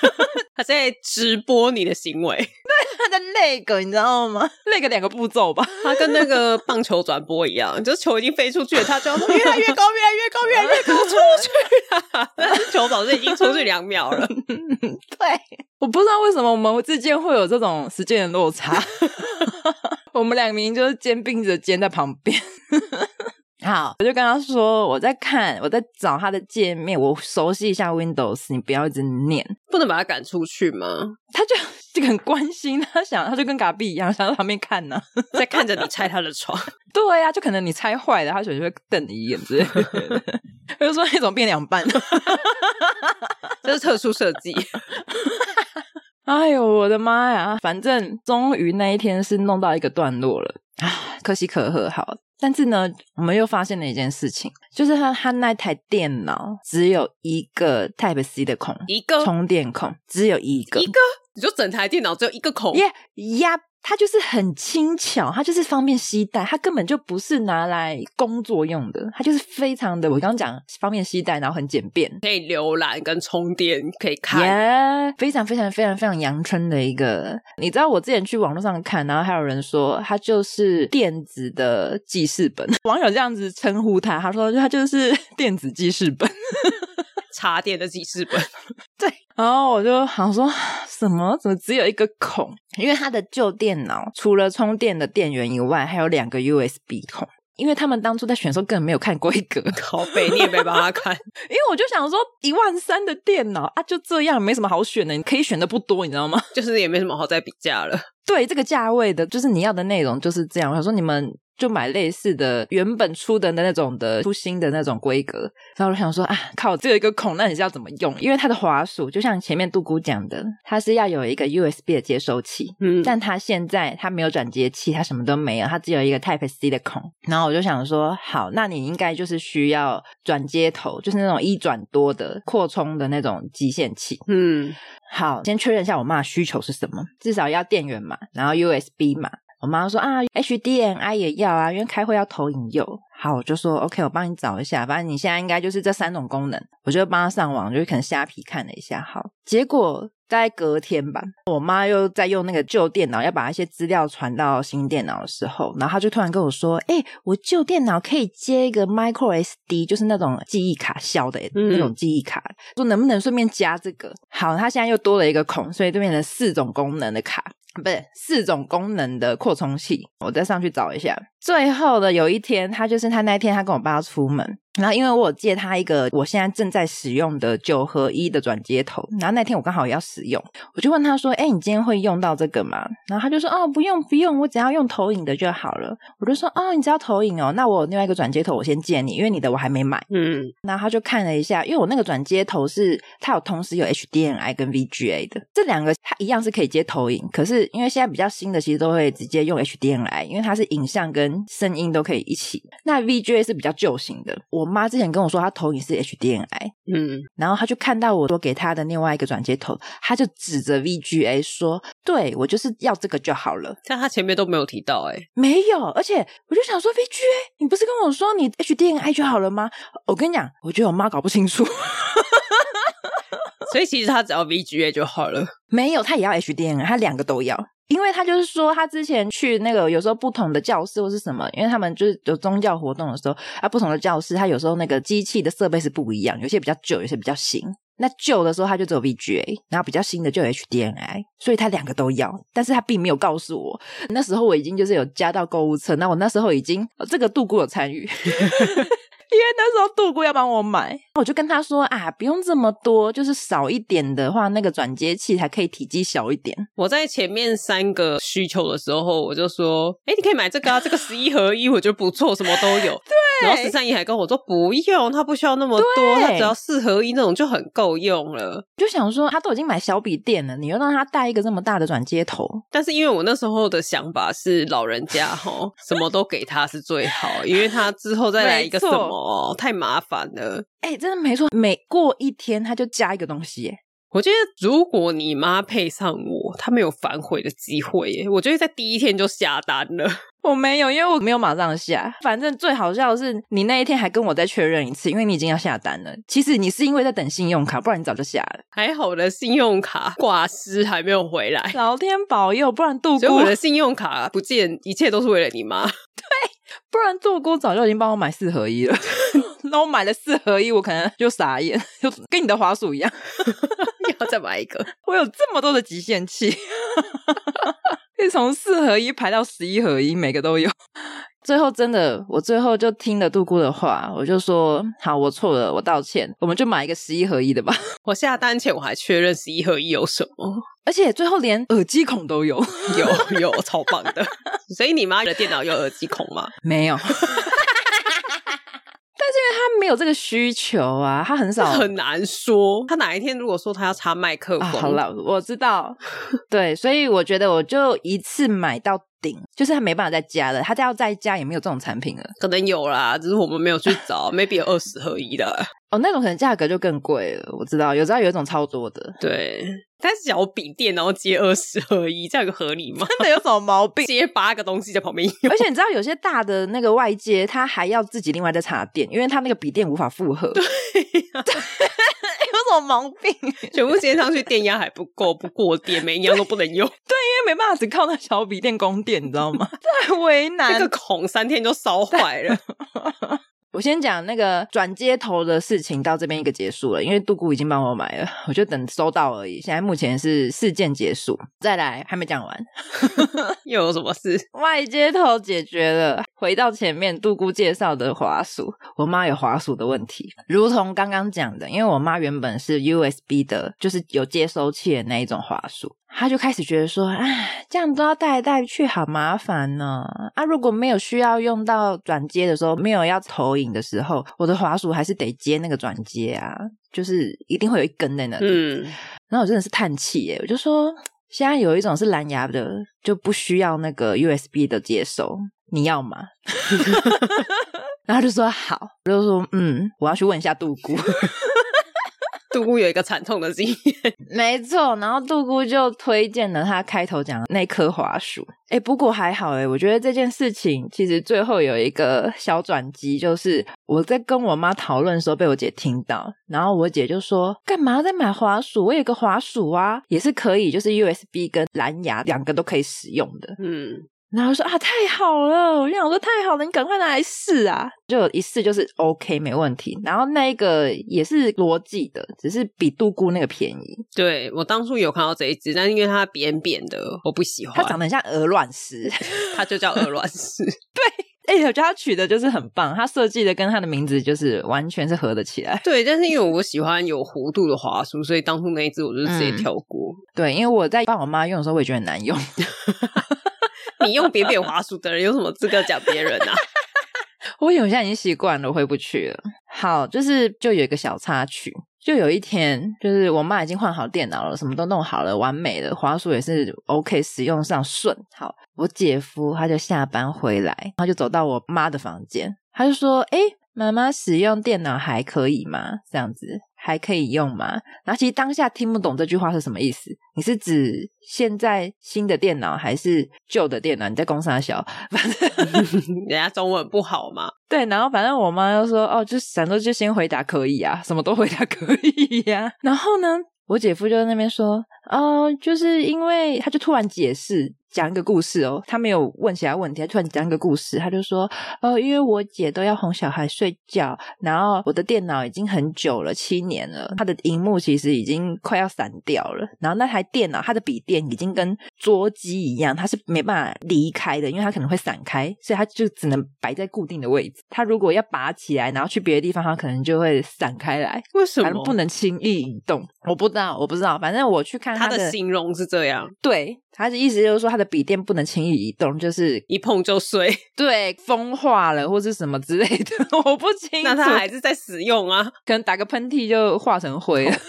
[SPEAKER 1] 他在直播你的行为，
[SPEAKER 2] 她在那个，你知道吗？那个两个步骤吧。
[SPEAKER 1] 他跟那个棒球转播一样，就是球已经飞出去了，他就要说 越来越高，越来越高，越来越高，出去啦！但是球早就已经出去两秒了。
[SPEAKER 2] 对，我不知道为什么我们之间会有这种时间的落差。 我们两名就是肩并着肩在旁边。好，我就跟他说，我在看，我在找他的界面，我熟悉一下 Windows，你不要一直念。
[SPEAKER 1] 不能把他赶出去吗？
[SPEAKER 2] 他就就很关心，他想他就跟嘎比一样，想在旁边看呢、
[SPEAKER 1] 在看着你拆他的床，
[SPEAKER 2] 对啊呀、就可能你猜坏了，他可能就会瞪你一眼之类 的。我就说那种变两半。
[SPEAKER 1] 这是特殊设计。
[SPEAKER 2] 哎呦，我的妈呀！反正终于那一天是弄到一个段落了啊，可喜可贺。好，但是呢，我们又发现了一件事情，就是他他那台电脑只有一个 Type C 的孔，
[SPEAKER 1] 一个
[SPEAKER 2] 充电孔只有一个，
[SPEAKER 1] 一个，你说整台电脑只有一个孔
[SPEAKER 2] 耶呀，它就是很轻巧，它就是方便携带，它根本就不是拿来工作用的，它就是非常的，我刚刚讲方便携带，然后很简便。
[SPEAKER 1] 可以浏览跟充电，可以
[SPEAKER 2] 耶
[SPEAKER 1] 看。
[SPEAKER 2] 非常非常非常非常阳春的一个。你知道我之前去网络上看，然后还有人说它就是电子的记事本， 网友这样子称呼它，他说它就是 电子记事本。
[SPEAKER 1] 插电的记事本，
[SPEAKER 2] 然后我就想说，什么怎么只有一个孔？因为它的旧电脑除了充电的电源以外，还有两个 USB 孔。因为他们当初在选的时候根本没有看规格， 因
[SPEAKER 1] 靠背你也没帮他看。
[SPEAKER 2] 为我就想说一万三的电脑啊，就这样没什么好选的，你可以选的不多，你知道吗？
[SPEAKER 1] 就是也没什么好再比价了。
[SPEAKER 2] 对这个价位的，就是你要的内容就是这样。我想说你们就买类似的，原本出的那种的出新的那种规格。然后我想说啊，靠，只有一个孔，那你是要怎么用？因为它的滑鼠，就像前面杜姑讲的，它是要有一个 USB 的接收器，
[SPEAKER 1] 嗯，
[SPEAKER 2] 但它现在它没有转接器，它什么都没有，它只有一个 Type C 的孔。然后我就想说，好，那你应该就是需要转接头，就是那种一转多的扩充的那种极限器。
[SPEAKER 1] 嗯，
[SPEAKER 2] 好，先确认一下我妈的需求是什么，至少要电源嘛，然后 USB 嘛。我妈说啊，HDMI 也要啊，因为开会要投影有。好，我就说 OK，我帮你找一下，反正你现在应该就是这三种功能。我就帮她上网，就是可能虾皮看了一下。好，结果大概隔天吧，我妈又在用那个旧电脑要把一些资料传到新电脑的时候，然后她就突然跟我说：“哎、我旧电脑可以接一个 micro SD，就是那种记忆卡小的
[SPEAKER 1] 嗯
[SPEAKER 2] 那种记忆卡，说能不能顺便加这个？好，它现在又多了一个孔，所以就变成四种功能的卡，不是四种功能的扩充器。我再上去找一下。最后的有一天，他就是他那一天，他跟我爸出门，然后因为我有借他一个我现在正在使用的九合一的转接头，然后那天我刚好也要使用，我就问他说：“哎、你今天会用到这个吗？”然后他就说：“哦，不用不用，我只要用投影的就好了。”我就说：“哦，你只要投影哦，那我有另外一个转接头我先借你，因为你的我还没买。”
[SPEAKER 1] 嗯，
[SPEAKER 2] 然后他就看了一下，因为我那个转接头是它有同时有 HDMI 跟 VGA 的，这两个它一样是可以接投影，可是因为现在比较新的其实都会直接用 HDMI，因为它是影像跟声音都可以一起。那 VGA 是比较旧型的，我妈之前跟我说她投影是 HDMI，
[SPEAKER 1] 嗯，
[SPEAKER 2] 然后她就看到我说给她的另外一个转接头，她就指着 VGA 说：“对我就是要这个就好了。”
[SPEAKER 1] 但他前面都没有提到、欸，哎，
[SPEAKER 2] 没有，而且我就想说，VGA，你不是跟我说你 HDMI 就好了吗？我跟你讲，我觉得我妈搞不清楚，
[SPEAKER 1] 所以其实他只要 VGA 就好了。
[SPEAKER 2] 没有，她也要 HDMI，她两个都要。因为她就是说，她之前去那个有时候不同的教室或是什么，因为他们就是有宗教活动的时候，啊，不同的教室，它有时候那个机器的设备是不一样，有些比较旧，有些比较新。那旧的时候它就只有 VGA，然后比较新的就有 HDMI，所以它两个都要，但是她并没有告诉我。那时候我已经就是有加到购物车，那我那时候已经、呃这个杜姑有参与，因为那时候杜姑要帮我买，我就跟他说啊，不用这么多，就是少一点的话，那个转接器才可以体积小一点。
[SPEAKER 1] 我在前面三个需求的时候，我就说，哎、你可以买这个啊，这个十一合一，我觉得不错，什么都有。对然后十三姨还跟我说，不用，它不需要那么多，
[SPEAKER 2] 对
[SPEAKER 1] 它只要四合一那种就很够用了。
[SPEAKER 2] 就想说他都已经买小笔电了，你又让他带一个这么大的转接头，
[SPEAKER 1] 但是因为我那时候的想法是，老人家吼什么都给他是最好，因为他之后再来一个什么太麻烦了。
[SPEAKER 2] 哎、真的没错，每过一天他就加一个东西耶，
[SPEAKER 1] 我觉得如果你妈配上我，她没有反悔的机会耶。我觉得在第一天就下单了。
[SPEAKER 2] 我没有，因为我没有马上下。反正最好笑的是，你那一天还跟我再确认一次，因为你已经要下单了。其实你是因为在等信用卡，不然你早就下了。
[SPEAKER 1] 还好我的信用卡挂失还没有回来，
[SPEAKER 2] 老天保佑，不然杜
[SPEAKER 1] 所
[SPEAKER 2] 姑
[SPEAKER 1] 以，我的信用卡不见，一切都是为了你妈。
[SPEAKER 2] 不然杜姑早就已经帮我买四合一了。 那我买了四合一，我可能就傻眼， 就跟你的滑鼠一样，
[SPEAKER 1] 要再买一个，
[SPEAKER 2] 我有这么多的极限器， 可以从四合一排到十一合一，每个都有。最后真的，我最后就听了杜姑的话，我就说好，我错了，我道歉，我们就买一个十一合一的吧。
[SPEAKER 1] 我下单前我还确认十一合一有什么，
[SPEAKER 2] 而且最后连耳机孔都有，
[SPEAKER 1] 有有超棒的。 所以你妈的电脑有耳机孔吗？
[SPEAKER 2] 没有。但 是因为他没有这个需求啊，他很
[SPEAKER 1] 这
[SPEAKER 2] 少。
[SPEAKER 1] 很难说。她哪一天如果说她要插麦克
[SPEAKER 2] 啊，
[SPEAKER 1] 风，
[SPEAKER 2] 好，了，我知道。对，所以我觉得我就一次买到顶，就是他没办法再加了，他再要再加也没有这种产品了。
[SPEAKER 1] 可能有啦，只是我们没有去找，maybe 有二十合一的。啊
[SPEAKER 2] 哦，那种可能价格就更贵了。我知道，有知道有一种超多的，
[SPEAKER 1] 对，但是小笔电然后接二十合一，这样有合理吗？
[SPEAKER 2] 真的有什么毛病？
[SPEAKER 1] 接八个东西在旁边 用
[SPEAKER 2] 而。且你知道，有些大的那个外接，它还要自己另外再插电，因为它那个笔电无法负荷。对、 有什么毛病？
[SPEAKER 1] 全部接上去，电压还不够，不过电，每一样都不能用。
[SPEAKER 2] 因为没办法只靠那小笔电供电，你知道吗？ 太为难
[SPEAKER 1] 那个孔三天就烧坏了。
[SPEAKER 2] 我先讲那个转接头的事情，到这边一个结束了，因为杜姑已经帮我买了，我就等收到而已。现在目前是事件结束，再来还没讲完，
[SPEAKER 1] 又有什么事？
[SPEAKER 2] 外接头解决了。回到前面杜姑介绍的滑鼠，我妈有滑鼠的问题，如同刚刚讲的，因为我妈原本是 USB 的，就是有接收器的那一种滑鼠。她就开始觉得说，哎，这样都要带来带去，好麻烦呢、啊，如果没有需要用到转接的时候，没有要投影的时候，我的滑鼠还是得接那个转接啊，就是一定会有一根在那 里。
[SPEAKER 1] 嗯，
[SPEAKER 2] 然后我真的是叹气耶，我就说现在有一种是蓝牙的，就不需要那个 USB 的接收，你要吗？ 然后他就说好，我就说嗯，我要去问一下杜姑。
[SPEAKER 1] 杜姑有一个惨痛的经验，
[SPEAKER 2] 没错，然后杜姑就推荐了他开头讲的那棵华鼠。哎，不过还好哎，我觉得这件事情其实最后有一个小转机，就是我在跟我妈讨论的时候被我姐听到，然后我姐就说：“干嘛要再买华鼠？我有个华鼠啊，也是可以，就是 USB 跟蓝牙两个都可以使用的。”
[SPEAKER 1] 嗯，
[SPEAKER 2] 然后说啊，太好了！我就想说太好了，你赶快拿来试啊！就一试就是 OK，没问题。然后那一个也是逻辑的，只是比杜姑那个便宜，
[SPEAKER 1] 对我当初有看到这一只，但是因为它
[SPEAKER 2] 啊
[SPEAKER 1] 扁扁的，我不喜欢，
[SPEAKER 2] 它长得很像鹅卵石。
[SPEAKER 1] 它就叫鹅卵石。
[SPEAKER 2] 哎、哎、我觉得他取的就是很棒，他设计的跟他的名字就是完全是合得起来。
[SPEAKER 1] 对，但是因为我喜欢有弧度的滑鼠，所以当初那一只我就直接跳过。
[SPEAKER 2] 对，因为我在帮我妈用的时候，我也觉得很难用。
[SPEAKER 1] 你用扁扁滑鼠的人有什么资格讲别人啊？
[SPEAKER 2] 我有现在已经习惯了，回不去了。好，就是就有一个小插曲，就有一天，就是我妈已经换好电脑了，什么都弄好了，完美了，滑鼠也是 OK，使用上顺。好，我姐夫他就下班回来，他就走到我妈的房间，他就说：“哎、妈妈使用电脑还可以吗？这样子还可以用吗？”然后其实当下听不懂这句话是什么意思，你是指现在新的电脑还是旧的电脑？你在攻啥小？反正。
[SPEAKER 1] 人家中文不好嘛，
[SPEAKER 2] 对，然后反正我妈就说，哦，就想说就先回答可以啊，什么都回答可以呀、 然后呢，我姐夫就在那边说，哦，就是因为他就突然解释讲一个故事哦，他没有问其他问题，他突然讲一个故事，他就说，哦，因为我姐都要哄小孩睡觉，然后我的电脑已经很久了，七年了，它的荧幕其实已经快要散掉了。然后那台电脑，它的笔电已经跟桌机一样，它是没办法离开的，因为它可能会散开，所以它就只能摆在固定的位置。它如果要拔起来，然后去别的地方，它可能就会散开来，
[SPEAKER 1] 为什
[SPEAKER 2] 反
[SPEAKER 1] 么
[SPEAKER 2] 正不能轻易移动。我不知道，我不知道，反正我去看
[SPEAKER 1] 他
[SPEAKER 2] 它
[SPEAKER 1] 的形容是这样，
[SPEAKER 2] 对，它的意思就是说它的笔电不能轻易移动，就是
[SPEAKER 1] 一碰就碎，
[SPEAKER 2] 对风化了或是什么之类的， 我不清楚。
[SPEAKER 1] 那他还是在使用啊。
[SPEAKER 2] 可能打个喷嚏就化成灰了。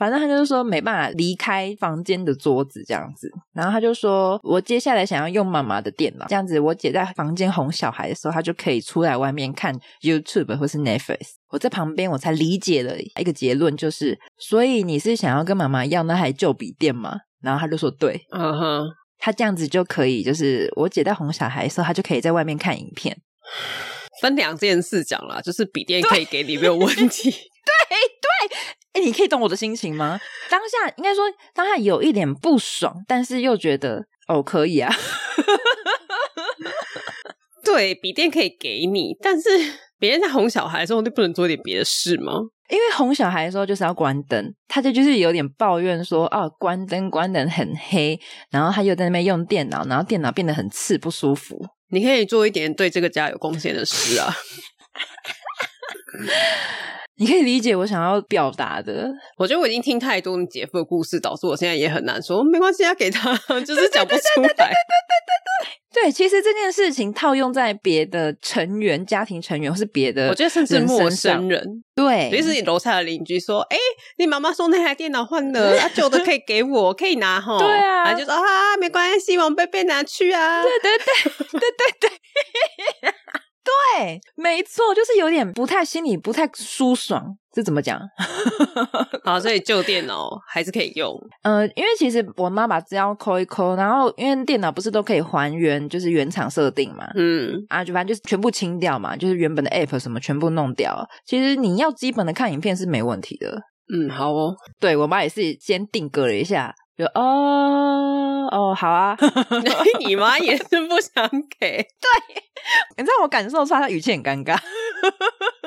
[SPEAKER 2] 反正他就是说没办法离开房间的桌子这样子，然后他就说我接下来想要用妈妈的电脑，这样子我姐在房间哄小孩的时候，她就可以出来外面看 YouTube 或是 Netflix。我在旁边我才理解了一个结论，就是所以你是想要跟妈妈要那台旧笔电吗？然后他就说对，
[SPEAKER 1] 嗯哼，
[SPEAKER 2] 他这样子就可以，就是我姐在哄小孩的时候，她就可以在外面看影片。
[SPEAKER 1] 分两件事讲啦，就是笔电可以给你没有问题，
[SPEAKER 2] 哎、你可以懂我的心情吗？当下应该说，当下有一点不爽，但是又觉得哦，可以啊。
[SPEAKER 1] 对，笔电可以给你，但是 别人在哄小孩的时候，你不能做点别的事吗？
[SPEAKER 2] 因为哄小孩的时候就是要关灯，他就就是有点抱怨说啊，关灯关灯很黑，然后他又在那边用电脑，然后电脑变得很刺不舒服。
[SPEAKER 1] 你可以做一点对这个家有贡献的事啊。
[SPEAKER 2] 你可以理解我想要表达的，
[SPEAKER 1] 我觉得我已经听太多你姐夫的故事，导致我现在也很难说。没关系啊，给他，就是讲不出来。
[SPEAKER 2] 对，其实这件事情套用在别的成员、家庭成员或是别的，
[SPEAKER 1] 我觉得甚至陌生
[SPEAKER 2] 人，
[SPEAKER 1] 人，
[SPEAKER 2] 对，
[SPEAKER 1] 尤其是你楼下的邻居说：“哎、你妈妈送那台电脑换了，啊，旧的可以给我，可以拿哈。”
[SPEAKER 2] 对啊
[SPEAKER 1] 然后就说：“啊，没关系，王贝贝拿去啊。”
[SPEAKER 2] 对对对对对对对，没错，就是有点不太心里不太舒爽，这怎么讲？
[SPEAKER 1] 好，所以旧电脑还是可以用。
[SPEAKER 2] 呃，因为其实我妈把资料抠一抠，然后因为电脑不是都可以还原，就是原厂设定嘛。
[SPEAKER 1] 嗯，
[SPEAKER 2] 啊，就反正就是全部清掉嘛，就是原本的 app 什么全部弄掉。其实你要基本的看影片是没问题的。
[SPEAKER 1] 嗯，好哦。
[SPEAKER 2] 对我妈也是先定格了一下，就哦哦好啊，
[SPEAKER 1] 你妈也是不想给，
[SPEAKER 2] 你知道我感受出来她语气很尴尬。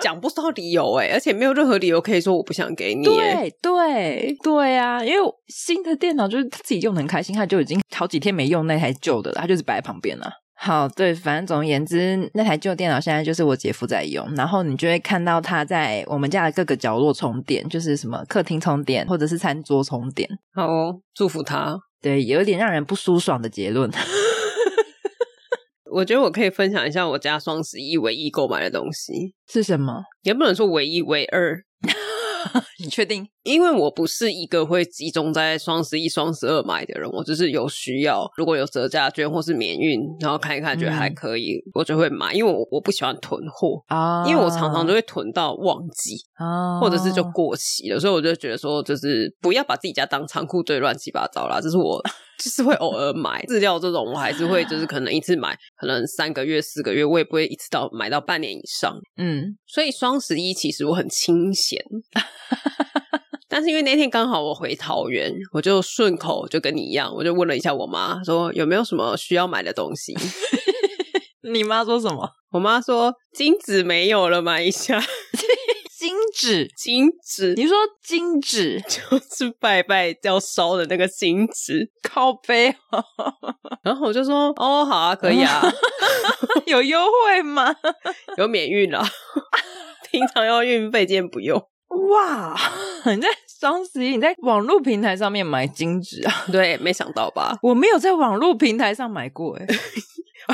[SPEAKER 1] 讲不到理由哎、而且没有任何理由可以说我不想给你、欸。
[SPEAKER 2] 对对对啊，因为新的电脑就是他自己用的很开心，他就已经好几天没用那台旧的了，他就是摆在旁边了。好，对，反正总而言之，那台旧电脑现在就是我姐夫在用，然后你就会看到他在我们家的各个角落充电，就是什么客厅充电，或者是餐桌充电。
[SPEAKER 1] 好哦，祝福他。
[SPEAKER 2] 对，有一点让人不舒爽的结论。
[SPEAKER 1] 我觉得我可以分享一下我家双十一唯一购买的东西，
[SPEAKER 2] 是什么？
[SPEAKER 1] 也不能说唯一唯二，
[SPEAKER 2] 你确定？
[SPEAKER 1] 因为我不是一个会集中在双十一、双十二买的人，我就是有需要，如果有折价券或是免运，然后看一看觉得还可以，我就会买，因为我我不喜欢囤货。
[SPEAKER 2] 啊
[SPEAKER 1] 因为我常常就会囤到忘记，
[SPEAKER 2] 啊
[SPEAKER 1] 或者是就过期了，所以我就觉得说，就是不要把自己家当仓库堆乱七八糟啦。这是我就是会偶尔买饲料这种，我还是会就是可能一次买，可能三个月、四个月，我也不会一次到买到半年以上。
[SPEAKER 2] 嗯
[SPEAKER 1] 所以双十一其实我很清闲， 但是因为那天刚好我回桃园，我就顺口就跟你一样，我就问了一下我妈，说有没有什么需要买的东西。
[SPEAKER 2] 你妈说什么？
[SPEAKER 1] 我妈说金子没有了，买一下
[SPEAKER 2] 金纸？
[SPEAKER 1] 金子。
[SPEAKER 2] 你说金纸？
[SPEAKER 1] 就是拜拜要烧的那个金纸，
[SPEAKER 2] 靠背、
[SPEAKER 1] 哦然后我就说：“哦，好啊，可以啊。”
[SPEAKER 2] 有有优惠吗？
[SPEAKER 1] 有免运了， 平常要运费，今天不用。
[SPEAKER 2] 哇， 你在双十一，你在网络平台上面买金纸啊？
[SPEAKER 1] 对，没想到吧？
[SPEAKER 2] 我没有在网络平台上买过、欸，哎，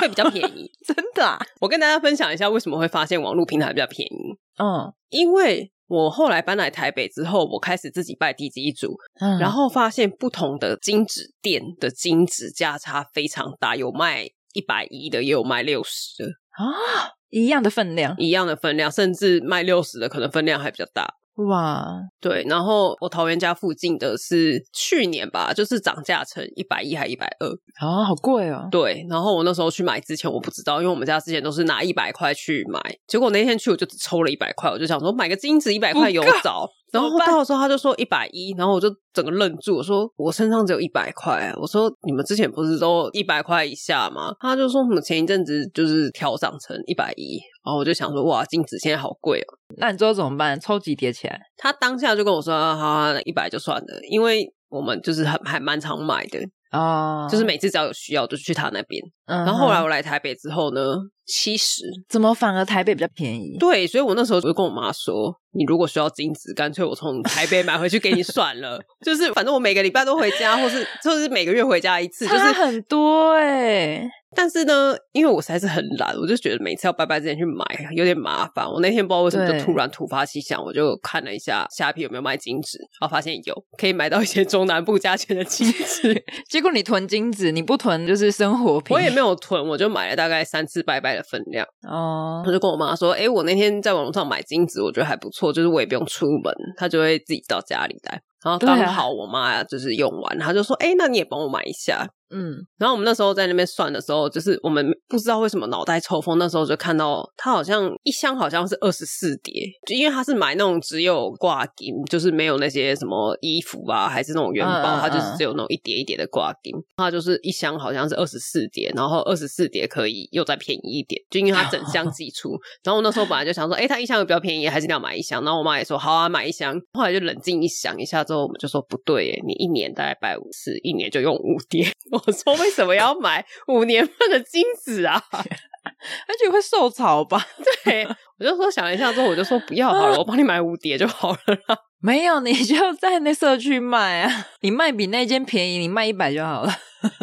[SPEAKER 1] 会比较便宜。
[SPEAKER 2] 真的啊？
[SPEAKER 1] 我跟大家分享一下为什么会发现网络平台比较便宜，
[SPEAKER 2] 嗯
[SPEAKER 1] 因为我后来搬来台北之后，我开始自己拜地基组，
[SPEAKER 2] 嗯，
[SPEAKER 1] 然后发现不同的金纸店的金纸价差非常大，有卖一百一的，也有卖六十的，
[SPEAKER 2] 啊，一样的分量，
[SPEAKER 1] 一样的分量，甚至卖六十的可能分量还比较大。
[SPEAKER 2] 哇，
[SPEAKER 1] 对，然后我桃园家附近的是去年吧，就是涨价成一百一还一百二。
[SPEAKER 2] 啊，好贵哦，
[SPEAKER 1] 对，然后我那时候去买之前我不知道，因为我们家之前都是拿一百块去买，结果那天去我就只抽了一百块，我就想说买个金子一百块有找。然后
[SPEAKER 2] 怎么办
[SPEAKER 1] 到的时候他就说一百一，然后我就整个愣住，我说我身上只有一百块啊，我说你们之前不是都一百块以下吗？他就说我们前一阵子就是调涨成一百一，然后我就想说哇，金子现在好贵哦。
[SPEAKER 2] 那你最后怎么办？抽几叠起来？
[SPEAKER 1] 他当下就跟我说，啊好、啊，一百就算了，因为我们就是还还蛮常买的，
[SPEAKER 2] 哦，
[SPEAKER 1] 就是每次只要有需要就去他那边。
[SPEAKER 2] 嗯哼，
[SPEAKER 1] 然后后来我来台北之后呢，七十。
[SPEAKER 2] 怎么反而台北比较便宜？
[SPEAKER 1] 对，所以我那时候我就跟我妈说，你如果需要金子，干脆我从台北买回去给你算了。就是反正我每个礼拜都回家，或是就是每个月回家一次，就
[SPEAKER 2] 差
[SPEAKER 1] 是。
[SPEAKER 2] 啊很多哎、
[SPEAKER 1] 但是呢，因为我实在是很懒，我就觉得每次要拜拜之前去买有点麻烦。我那天不知道为什么
[SPEAKER 2] 对
[SPEAKER 1] 就突然突发奇想，我就看了一下虾皮有没有卖金纸，然后发现有，可以买到一些中南部价钱的金 纸。
[SPEAKER 2] 结果你囤金子，你不囤就是生活品，
[SPEAKER 1] 我也没有囤，我就买了大概三次拜拜的分量。
[SPEAKER 2] 哦
[SPEAKER 1] 我就跟我妈说：“哎、我那天在网络上买金子，我觉得还不错，就是我也不用出门，她就会自己到家里来。然后刚
[SPEAKER 2] 对啊
[SPEAKER 1] 好我妈就是用完，她就说：‘哎、那你也帮我买一下。’
[SPEAKER 2] 嗯，
[SPEAKER 1] 然后我们那时候在那边算的时候，就是我们不知道为什么脑袋抽风，那时候就看到它好像一箱好像是二十四叠，就因为它是买那种只有挂金，就是没有那些什么衣服啊，还是那种元
[SPEAKER 2] 嗯嗯
[SPEAKER 1] 宝，它就是
[SPEAKER 2] 嗯
[SPEAKER 1] 只有那种一叠一叠的挂金，它就是一箱好像是二十四叠，然后二十四叠可以又再便宜一点，就因为它整箱寄出。然后我那时候本来就想说，哎、它一箱有比较便宜，还是你要买一箱？然后我妈也说好啊，买一箱。后来就冷静一想一下之后，我们就说不对耶，你一年大概拜五次，一年就用五叠。 我说为什么要买五年份的金子啊？
[SPEAKER 2] 而且会受潮吧？
[SPEAKER 1] 对，我就说想了一下之后，我就说不要好了，我帮你买五叠就好了 啦。
[SPEAKER 2] 没有，你就在那社区卖啊，你卖比那间便宜，你卖一百就好了，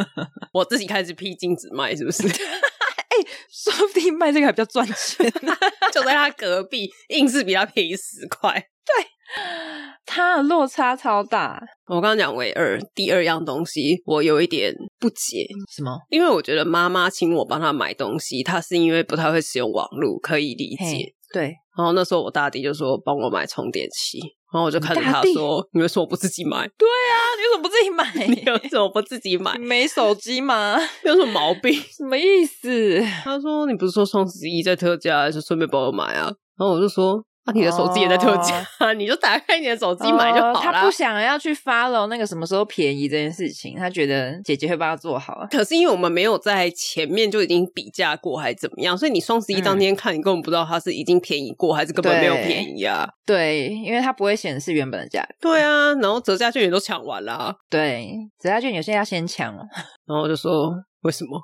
[SPEAKER 1] 我自己开始批金子卖，是 不是？
[SPEAKER 2] 说不定卖这个还比较赚钱。
[SPEAKER 1] 就在他隔壁，硬是比他便宜十块。
[SPEAKER 2] 它的落差超大，
[SPEAKER 1] 我刚刚讲唯二，第二样东西我有一点不解，
[SPEAKER 2] 什么？
[SPEAKER 1] 因为我觉得妈妈请我帮她买东西，她是因为不太会使用网络，可以理解
[SPEAKER 2] 嘿。对，
[SPEAKER 1] 然后那时候我大弟就说帮我买充电器，然后我就看着
[SPEAKER 2] 你大
[SPEAKER 1] 他
[SPEAKER 2] 弟
[SPEAKER 1] 说：“你为什么不自己买？
[SPEAKER 2] 啊，你为什么不自己买？
[SPEAKER 1] 你为什么不自己 买
[SPEAKER 2] 你？没手机吗？
[SPEAKER 1] 有什么毛病？”
[SPEAKER 2] 什么意思？
[SPEAKER 1] 他说：“你不是说双十一在特价，就顺便帮我买啊？”然后我就说：“啊，你的手机也在特价， 你就打开你的手机买就
[SPEAKER 2] 哦
[SPEAKER 1] 好
[SPEAKER 2] 他
[SPEAKER 1] 啦。
[SPEAKER 2] 不想要去 follow 那个什么时候便宜这件事情，他觉得姐姐会帮他做好啊。
[SPEAKER 1] 可是因为我们没有在前面就已经比价过，还怎么样？所以你双十一当天看，你根本不知道它是已经便宜过，还是根本没有便宜啊？
[SPEAKER 2] 对，因为他不会显示原本的价格。
[SPEAKER 1] 对啊，然后折价券也都抢完啦。
[SPEAKER 2] 对，折价券有些要先抢哦。
[SPEAKER 1] 然后我就说为什么？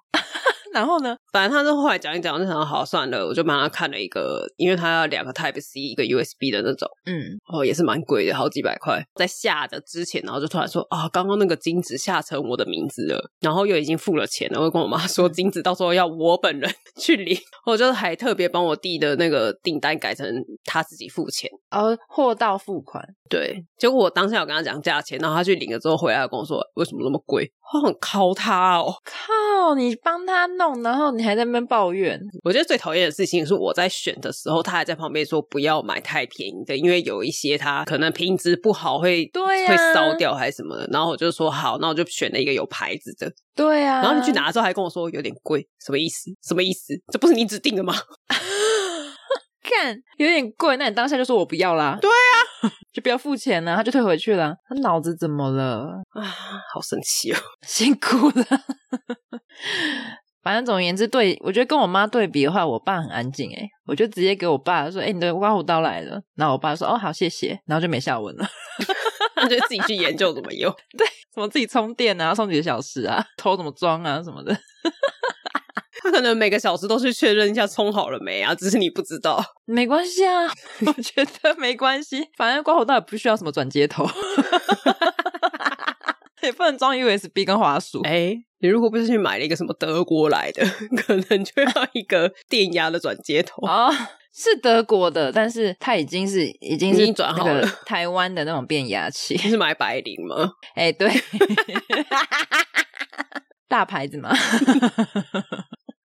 [SPEAKER 2] 然后呢？
[SPEAKER 1] 反正他就后来讲一讲，我就想好算了，我就帮他看了一个，因为他要两个 Type C 一个 USB 的那种。”
[SPEAKER 2] 嗯，
[SPEAKER 1] 哦，也是蛮贵的，好几百块。在下的之前，然后就突然说啊，刚刚那个金子下成我的名字了，然后又已经付了钱了。我就跟我妈说，金子到时候要我本人 去领。我就还特别帮我弟的那个订单改成他自己付钱。
[SPEAKER 2] 哦，货到付款。
[SPEAKER 1] 对，结果我当下有跟他讲价钱，然后他去领了之后回来跟我说，为什么那么贵？我很敲他哦。
[SPEAKER 2] 靠，你帮他弄，然后你还在那边抱怨。
[SPEAKER 1] 我觉得最讨厌的事情是我在选的时候，他还在旁边说不要买太便宜的，因为有一些它可能品质不好会
[SPEAKER 2] 对呀
[SPEAKER 1] 会烧掉还是什么的。然后我就说好，那我就选了一个有牌子的。
[SPEAKER 2] 对啊，
[SPEAKER 1] 然后你去拿的时候还跟我说有点贵，什么意思？什么意思？这不是你指定的吗？
[SPEAKER 2] 看，有点贵，那你当下就说我不要啦。对啊，就不要付钱了，他就退回去了。他脑子怎么了？
[SPEAKER 1] 啊，好生气哦！
[SPEAKER 2] 辛苦了。 反正总而言之，对我觉得跟我妈对比的话，我爸很安静诶、欸我就直接给我爸说：“诶、哎你的刮胡刀来了。”然后我爸说：“哦，好，谢谢。”然后就没下文了。
[SPEAKER 1] 他就自己去研究怎么用。
[SPEAKER 2] 什么自己充电啊，充几个小时啊，偷怎么装啊什么的。
[SPEAKER 1] 他可能每个小时都去确认一下充好了没啊，只是你不知道。
[SPEAKER 2] 没关系啊， 我觉得没关系，反正刮胡刀也不需要什么转接头， 也不能装 USB 跟滑鼠。
[SPEAKER 1] 哎、你如果不是去买了一个什么德国来的，可能就要一个电压的转接头。
[SPEAKER 2] 哦，是德国的，但是它已经是已经
[SPEAKER 1] 已
[SPEAKER 2] 是
[SPEAKER 1] 经转好
[SPEAKER 2] 那个
[SPEAKER 1] 了
[SPEAKER 2] 台湾的那种变压器。
[SPEAKER 1] 你是买百灵吗？
[SPEAKER 2] 哎、对， 大牌子嘛。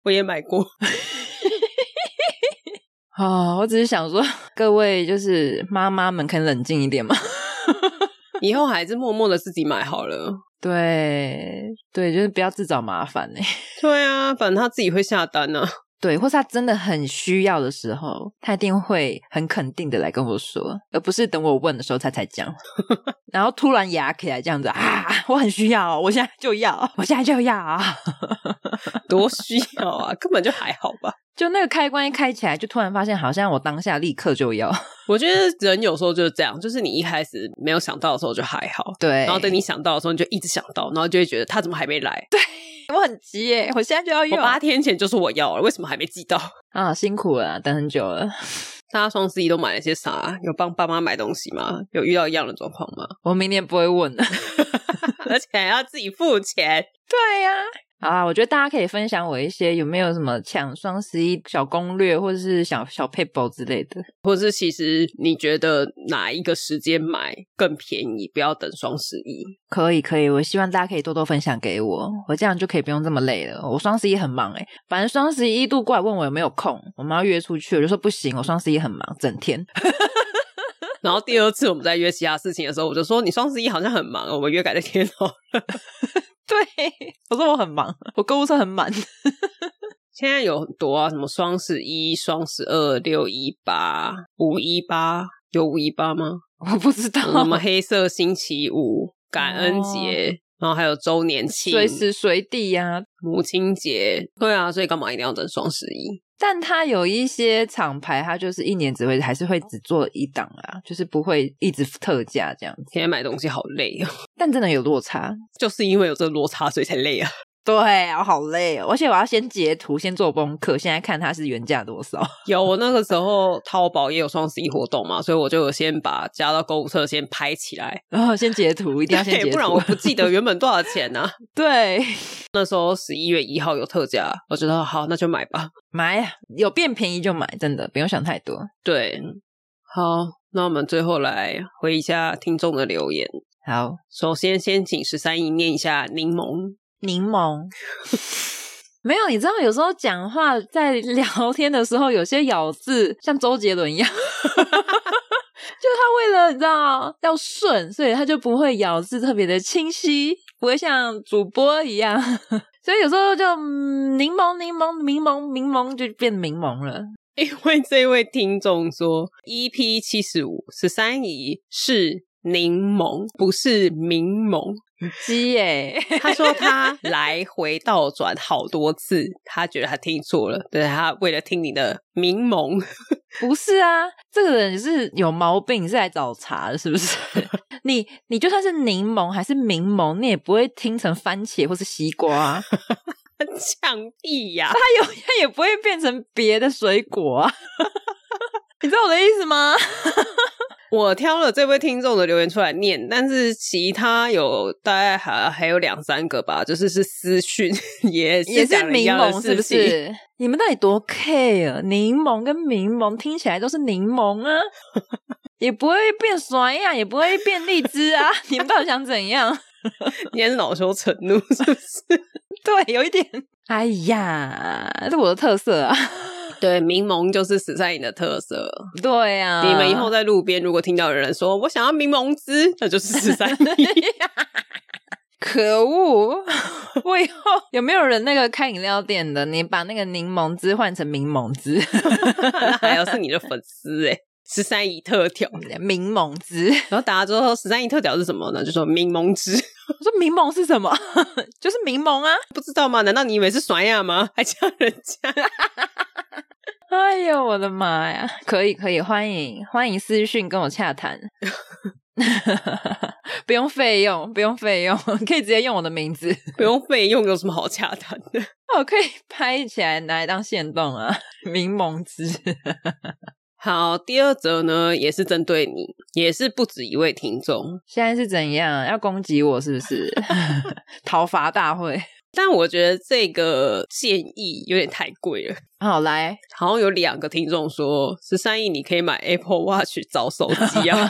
[SPEAKER 1] 我也买过，
[SPEAKER 2] 哦，我只是想说，各位就是妈妈们，可以冷静一点嘛。
[SPEAKER 1] 以后还是默默的自己买好了。
[SPEAKER 2] 对对，就是不要自找麻烦欸呢。
[SPEAKER 1] 对啊，反正他自己会下单啊。
[SPEAKER 2] 对，或是他真的很需要的时候，他一定会很肯定的来跟我说，而不是等我问的时候他才讲， 然后突然牙起来这样子啊，我很需要，我现在就要，我现在就要，
[SPEAKER 1] 多需要啊，根本就还好吧。
[SPEAKER 2] 就那个开关一开起来，就突然发现好像我当下立刻就要，
[SPEAKER 1] 我觉得人有时候就是这样，就是你一开始没有想到的时候就还好，
[SPEAKER 2] 对，
[SPEAKER 1] 然后等你想到的时候，你就一直想到，然后就会觉得他怎么还没来？
[SPEAKER 2] 我很急耶，我现在就要
[SPEAKER 1] 我
[SPEAKER 2] 用
[SPEAKER 1] 八天前就说我要了，为什么还没寄到？
[SPEAKER 2] 啊，辛苦了，等很久了，
[SPEAKER 1] 大家双十一都买了些啥？有帮爸妈买东西吗？有遇到一样的状况吗？
[SPEAKER 2] 我明年不会问了。
[SPEAKER 1] 而且还要自己付钱，
[SPEAKER 2] 对呀、好啊，我觉得大家可以分享我一些有没有什么抢双十一小攻略，或者是小小 p a p e 之类的。
[SPEAKER 1] 或是其实你觉得哪一个时间买更便宜？不要等双十一。
[SPEAKER 2] 可以可以，我希望大家可以多多分享给我，我这样就可以不用这么累了。我双十一很忙诶、反正双十一度过来问我有没有空，我们要约出去，我就说不行，我双十一很忙，整天。
[SPEAKER 1] 然后第二次我们在约其他事情的时候，我就说你双十一好像很忙，我们约改那天哦。
[SPEAKER 2] 对，我说我很忙，我购物车很满。
[SPEAKER 1] 现在有很多啊，什么双十一、双十二、六一八、五一八，有五一八吗？
[SPEAKER 2] 我不知道
[SPEAKER 1] 有什么黑色星期五、感恩节，然后还有周年庆、
[SPEAKER 2] 随时随地呀、
[SPEAKER 1] 母亲节，对啊，所以干嘛一定要等双十一？
[SPEAKER 2] 但它有一些厂牌，它就是一年只会还是会只做一档啊，就是不会一直特价这样子。
[SPEAKER 1] 天天买东西好累啊，
[SPEAKER 2] 但真的有落差，
[SPEAKER 1] 就是因为有这个落差，所以才累啊。
[SPEAKER 2] 对我好累哦，而且我要先截图，先做功课，现在看它是原价多少。
[SPEAKER 1] 有我那个时候淘宝也有双十一活动嘛，所以我就有先把加到购物车先拍起来，
[SPEAKER 2] 然后先截图，一定要先
[SPEAKER 1] 对
[SPEAKER 2] 截图，
[SPEAKER 1] 不然我不记得原本多少钱呢、
[SPEAKER 2] 对
[SPEAKER 1] 那时候十一月一号有特价，我觉得好，那就买吧。
[SPEAKER 2] 买呀，有变便宜就买，真的不用想太多。
[SPEAKER 1] 对，好，那我们最后来回一下听众的留言。
[SPEAKER 2] 好，
[SPEAKER 1] 首先，先请十三姨念一下柠檬。
[SPEAKER 2] 柠檬。 没有，你知道有时候讲话在聊天的时候，有些咬字像周杰伦一样， 就是他为了你知道要顺，所以他就不会咬字特别的清晰，不会像主播一样， 所以有时候就、嗯柠檬柠檬柠檬柠檬就变柠檬了。
[SPEAKER 1] 因为这位听众说，EP 七十五十三姨是柠檬，不是柠檬。
[SPEAKER 2] 鸡耶、
[SPEAKER 1] 他说 他来回倒转好多次，他觉得他听错了，对他为了听你的柠檬，
[SPEAKER 2] 不是啊，这个人是有毛病，是来找茬的，是 不是？你你就算是柠檬还是柠檬，你也不会听成番茄或是西瓜啊，
[SPEAKER 1] 呛屁呀、
[SPEAKER 2] 它有它也不会变成别的水果啊。 你知道我的意思吗？
[SPEAKER 1] 我挑了这位听众的留言出来念，但是其他有大概还还有两三个吧，就是是私讯 也
[SPEAKER 2] 也是
[SPEAKER 1] 讲了一
[SPEAKER 2] 柠
[SPEAKER 1] 样的
[SPEAKER 2] 檬，是
[SPEAKER 1] 事
[SPEAKER 2] 不
[SPEAKER 1] 情？
[SPEAKER 2] 是？你们到底多 care？柠檬跟柠檬听起来都是柠檬啊， 也不会变酸呀、也不会变荔枝啊。你们到底想怎样？
[SPEAKER 1] 今天是恼羞成怒，是不是？
[SPEAKER 2] 对，有一点。 哎呀，这我的特色啊。
[SPEAKER 1] 对，柠檬就是十三姨的特色。
[SPEAKER 2] 对啊呀、
[SPEAKER 1] 你们以后在路边如果听到有人说我想要柠檬汁，那就是十三姨。
[SPEAKER 2] 可恶！我以后有没有人那个开饮料店的，你把那个柠檬汁换成柠檬汁，
[SPEAKER 1] 那还要是你的粉丝哎、十三姨特调，
[SPEAKER 2] 柠檬汁。
[SPEAKER 1] 然后大家就说十三姨特调是什么呢？就说柠檬汁，
[SPEAKER 2] 我说柠檬是什么？ 就是柠檬啊！
[SPEAKER 1] 不知道吗？难道你以为是甩牙吗？还叫人家？
[SPEAKER 2] 哎呦，我的妈呀！可以可以，欢迎欢迎私讯跟我洽谈。 不用费用，不用费用，可以直接用我的名字，
[SPEAKER 1] 不用费用有什么好洽谈的？
[SPEAKER 2] 我可以拍起来拿来当线动啊， 柠檬汁。
[SPEAKER 1] 好，第二则呢，也是针对你，也是不止一位听众，
[SPEAKER 2] 现在是怎样？要攻击我是不 是？讨伐大会？
[SPEAKER 1] 但我觉得这个建议有点太贵了。
[SPEAKER 2] 好来，
[SPEAKER 1] 好像有两个听众说，十三亿你可以买 Apple Watch 找手机啊。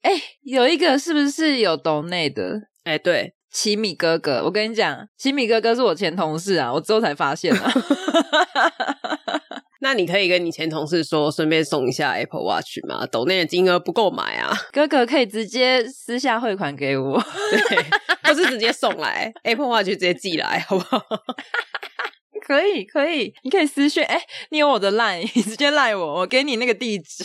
[SPEAKER 2] 哎、有一个是不是有抖内的
[SPEAKER 1] 哎、对，
[SPEAKER 2] 奇米哥哥？我跟你讲，奇米哥哥是我前同事啊，我之后才发现 啊。
[SPEAKER 1] 那你可以跟你前同事说，顺便送一下 Apple Watch 嘛，抖内的金额不够买啊，
[SPEAKER 2] 哥哥可以直接私下汇款给我。
[SPEAKER 1] 对，不是直接送来 Apple Watch 直接寄来，好不好？
[SPEAKER 2] 可以可以，你可以私讯，哎、你有我的 line，你直接赖我，我给你那个地址。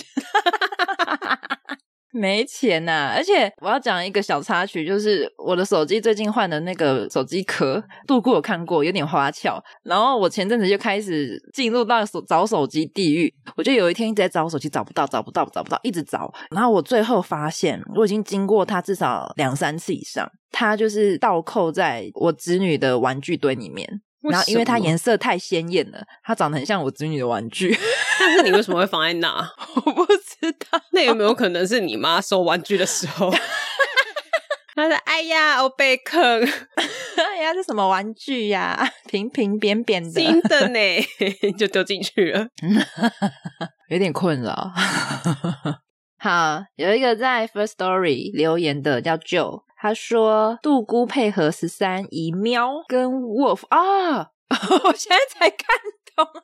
[SPEAKER 2] 没钱呐、而且我要讲一个小插曲，就是我的手机最近换的那个手机壳，杜姑有看过，有点花俏。然后我前阵子就开始进入到手找手机地狱，我就有一天一直在找手机，找不到，找不到，找不到，一直找。然后我最后发现，我已经经过它至少两三次以上，它就是倒扣在我侄女的玩具堆里面。然后因为它
[SPEAKER 1] 什么，
[SPEAKER 2] 颜色太鲜艳了，它长得很像我侄女的玩具，
[SPEAKER 1] 但是你为什么会放在那？
[SPEAKER 2] 我不知道。
[SPEAKER 1] 那有没有可能是你妈收玩具的时 候？她说：“哎呀，我被 坑，
[SPEAKER 2] 哎呀，这什么玩具呀、 平平扁扁的，
[SPEAKER 1] 新的呢， 就丢进去了。
[SPEAKER 2] 有点困扰。 好，有一个在 First Story 留言的叫 Joe，他说杜姑配合十三姨喵跟 Wolf 啊， 我现在才看懂。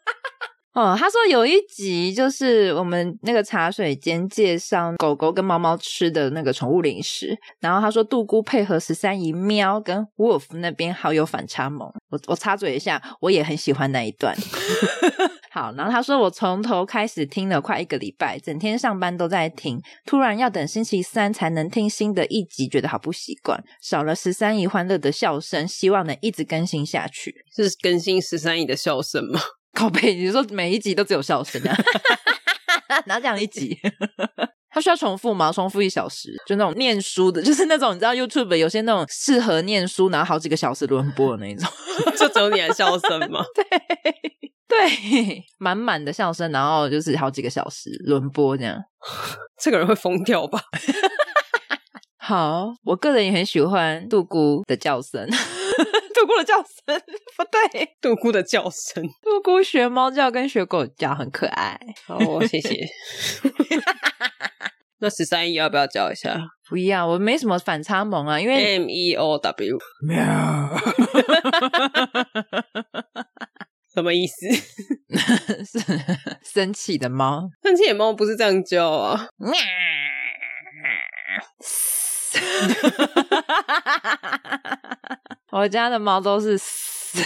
[SPEAKER 2] 哦，他说有一集就是我们那个茶水间介绍狗狗跟猫猫吃的那个宠物零食，然后他说杜姑配合十三姨喵跟 Wolf 那边好有反差萌。我我插嘴一下，我也很喜欢那一段。好，然后他说我从头开始听了快一个礼拜，整天上班都在听，突然要等星期三才能听新的一集，觉得好不习惯，少了十三姨欢乐的笑声，希望能一直更新下去。”
[SPEAKER 1] 是更新十三亿的笑声吗？
[SPEAKER 2] 靠背，你说每一集都只有笑声啊？ 哪讲一集？ 它需要重复吗？重复一小时，就那种念书的，就是那种你知道 YouTube 有些那种适合念书，然后好几个小时轮播的那一种。
[SPEAKER 1] 就只有你的笑声吗？
[SPEAKER 2] 对，满满的笑声，然后就是好几个小时轮播这样。
[SPEAKER 1] 这个人会疯掉吧？
[SPEAKER 2] 好，我个人也很喜欢杜姑的叫声， 杜姑的叫声不对，
[SPEAKER 1] 杜姑的叫 声。
[SPEAKER 2] 杜姑学猫叫跟学狗叫很可爱。
[SPEAKER 1] 好哦，谢谢。 那十三亿要不要教一下
[SPEAKER 2] 不一样，我没什么反差萌啊，因为
[SPEAKER 1] ？M E O W
[SPEAKER 2] 喵，
[SPEAKER 1] 什么意思？
[SPEAKER 2] 是 生气的猫。
[SPEAKER 1] 但野猫不是这样教啊。
[SPEAKER 2] 喵， 我家的猫都是 嘶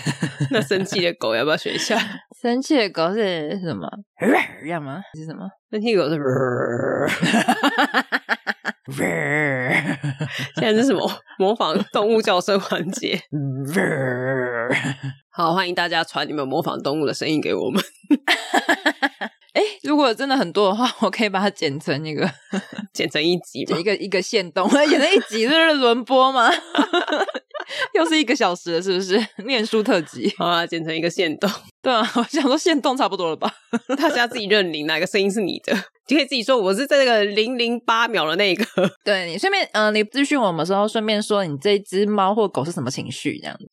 [SPEAKER 1] 那生气的狗要不要学一下？
[SPEAKER 2] 生气的狗是什么？ 这样吗？ 是什么？
[SPEAKER 1] 生气 的狗是，现在是什么？模仿动物叫声环节。好，欢迎大家传你们模仿动物的声音给我们。
[SPEAKER 2] 哎，如果真的很多的话， 我可以把它剪成一个
[SPEAKER 1] 剪成一集
[SPEAKER 2] 剪
[SPEAKER 1] 吧
[SPEAKER 2] 一。个一个线动， 剪成一集，这是轮播吗？ 又是一个小时了，是不 是？念书特辑，
[SPEAKER 1] 好啊，剪成一个线动，
[SPEAKER 2] 对啊， 我想说线动差不多了吧？
[SPEAKER 1] 大家自己认领哪个声音是你的，你可以自己说我是在那个零零八秒的那个。
[SPEAKER 2] 对你顺便，嗯、你咨询我们的时候，顺便说你这一只猫或狗是什么情绪，这样子。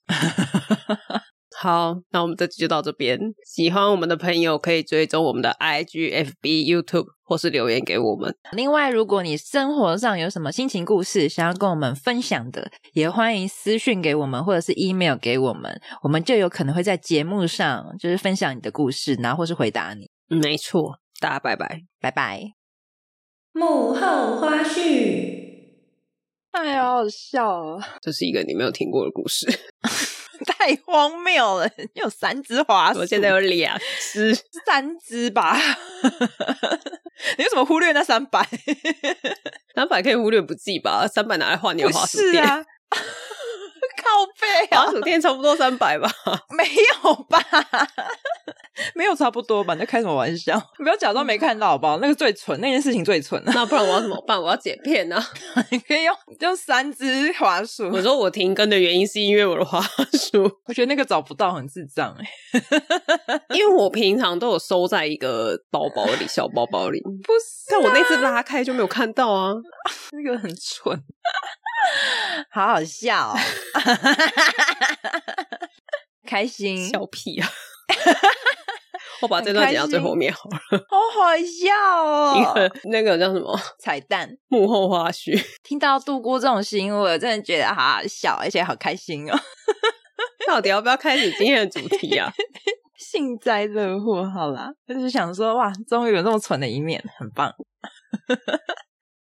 [SPEAKER 1] 好，那我们这集就到这边。喜欢我们的朋友可以追踪我们的 IG、FB、YouTube，或是留言给我们。
[SPEAKER 2] 另外，如果你生活上有什么心情故事想要跟我们分享的，也欢迎私讯给我们，或者是 email 给我们，我们就有可能会在节目上就是分享你的故事，然后或是回答你。
[SPEAKER 1] 嗯没错，大家拜拜。
[SPEAKER 2] 拜拜。
[SPEAKER 3] 幕后花絮。
[SPEAKER 2] 哎呀，好笑哦！
[SPEAKER 1] 这是一个你没有听过的故事。
[SPEAKER 2] 太荒谬了！你有三只滑鼠，
[SPEAKER 1] 我现在有两只，
[SPEAKER 2] 三只吧？ 你为什么忽略那三百？
[SPEAKER 1] 三百可以忽略不计吧？三百拿来换你的
[SPEAKER 2] 不
[SPEAKER 1] 滑鼠
[SPEAKER 2] 是
[SPEAKER 1] 垫，
[SPEAKER 2] 啊， 靠背啊啊
[SPEAKER 1] 滑，鼠垫差不多三百吧？
[SPEAKER 2] 没有吧？没有又差不多吧，你在开什么玩笑？你不要假装 没看到好不好？那个最蠢，那件事情最蠢 了。
[SPEAKER 1] 那不然我要怎么办？我要剪片啊！
[SPEAKER 2] 你可以用用三只滑鼠，
[SPEAKER 1] 我说我停更的原因是因为我的滑鼠，
[SPEAKER 2] 我觉得那个找不到很智障哎、
[SPEAKER 1] 因为我平常都有收在一个包包里，小包包里，
[SPEAKER 2] 不是啊
[SPEAKER 1] 但我那次拉开就没有看到啊。
[SPEAKER 2] 那个很蠢， 好好笑、哦， 开心，
[SPEAKER 1] 笑屁 啊！我把这段剪到最后面好了，
[SPEAKER 2] 好好笑
[SPEAKER 1] 一
[SPEAKER 2] 哦，
[SPEAKER 1] 个那个叫什么
[SPEAKER 2] 彩蛋。
[SPEAKER 1] 幕后花 絮。
[SPEAKER 2] 听到杜姑这种行为，我真的觉得好好笑，而且好开心哦，
[SPEAKER 1] 到底要不要开始今天的主题啊？
[SPEAKER 2] 幸灾乐祸。好啦，就是想说，哇，终于有那么蠢的一面，很棒。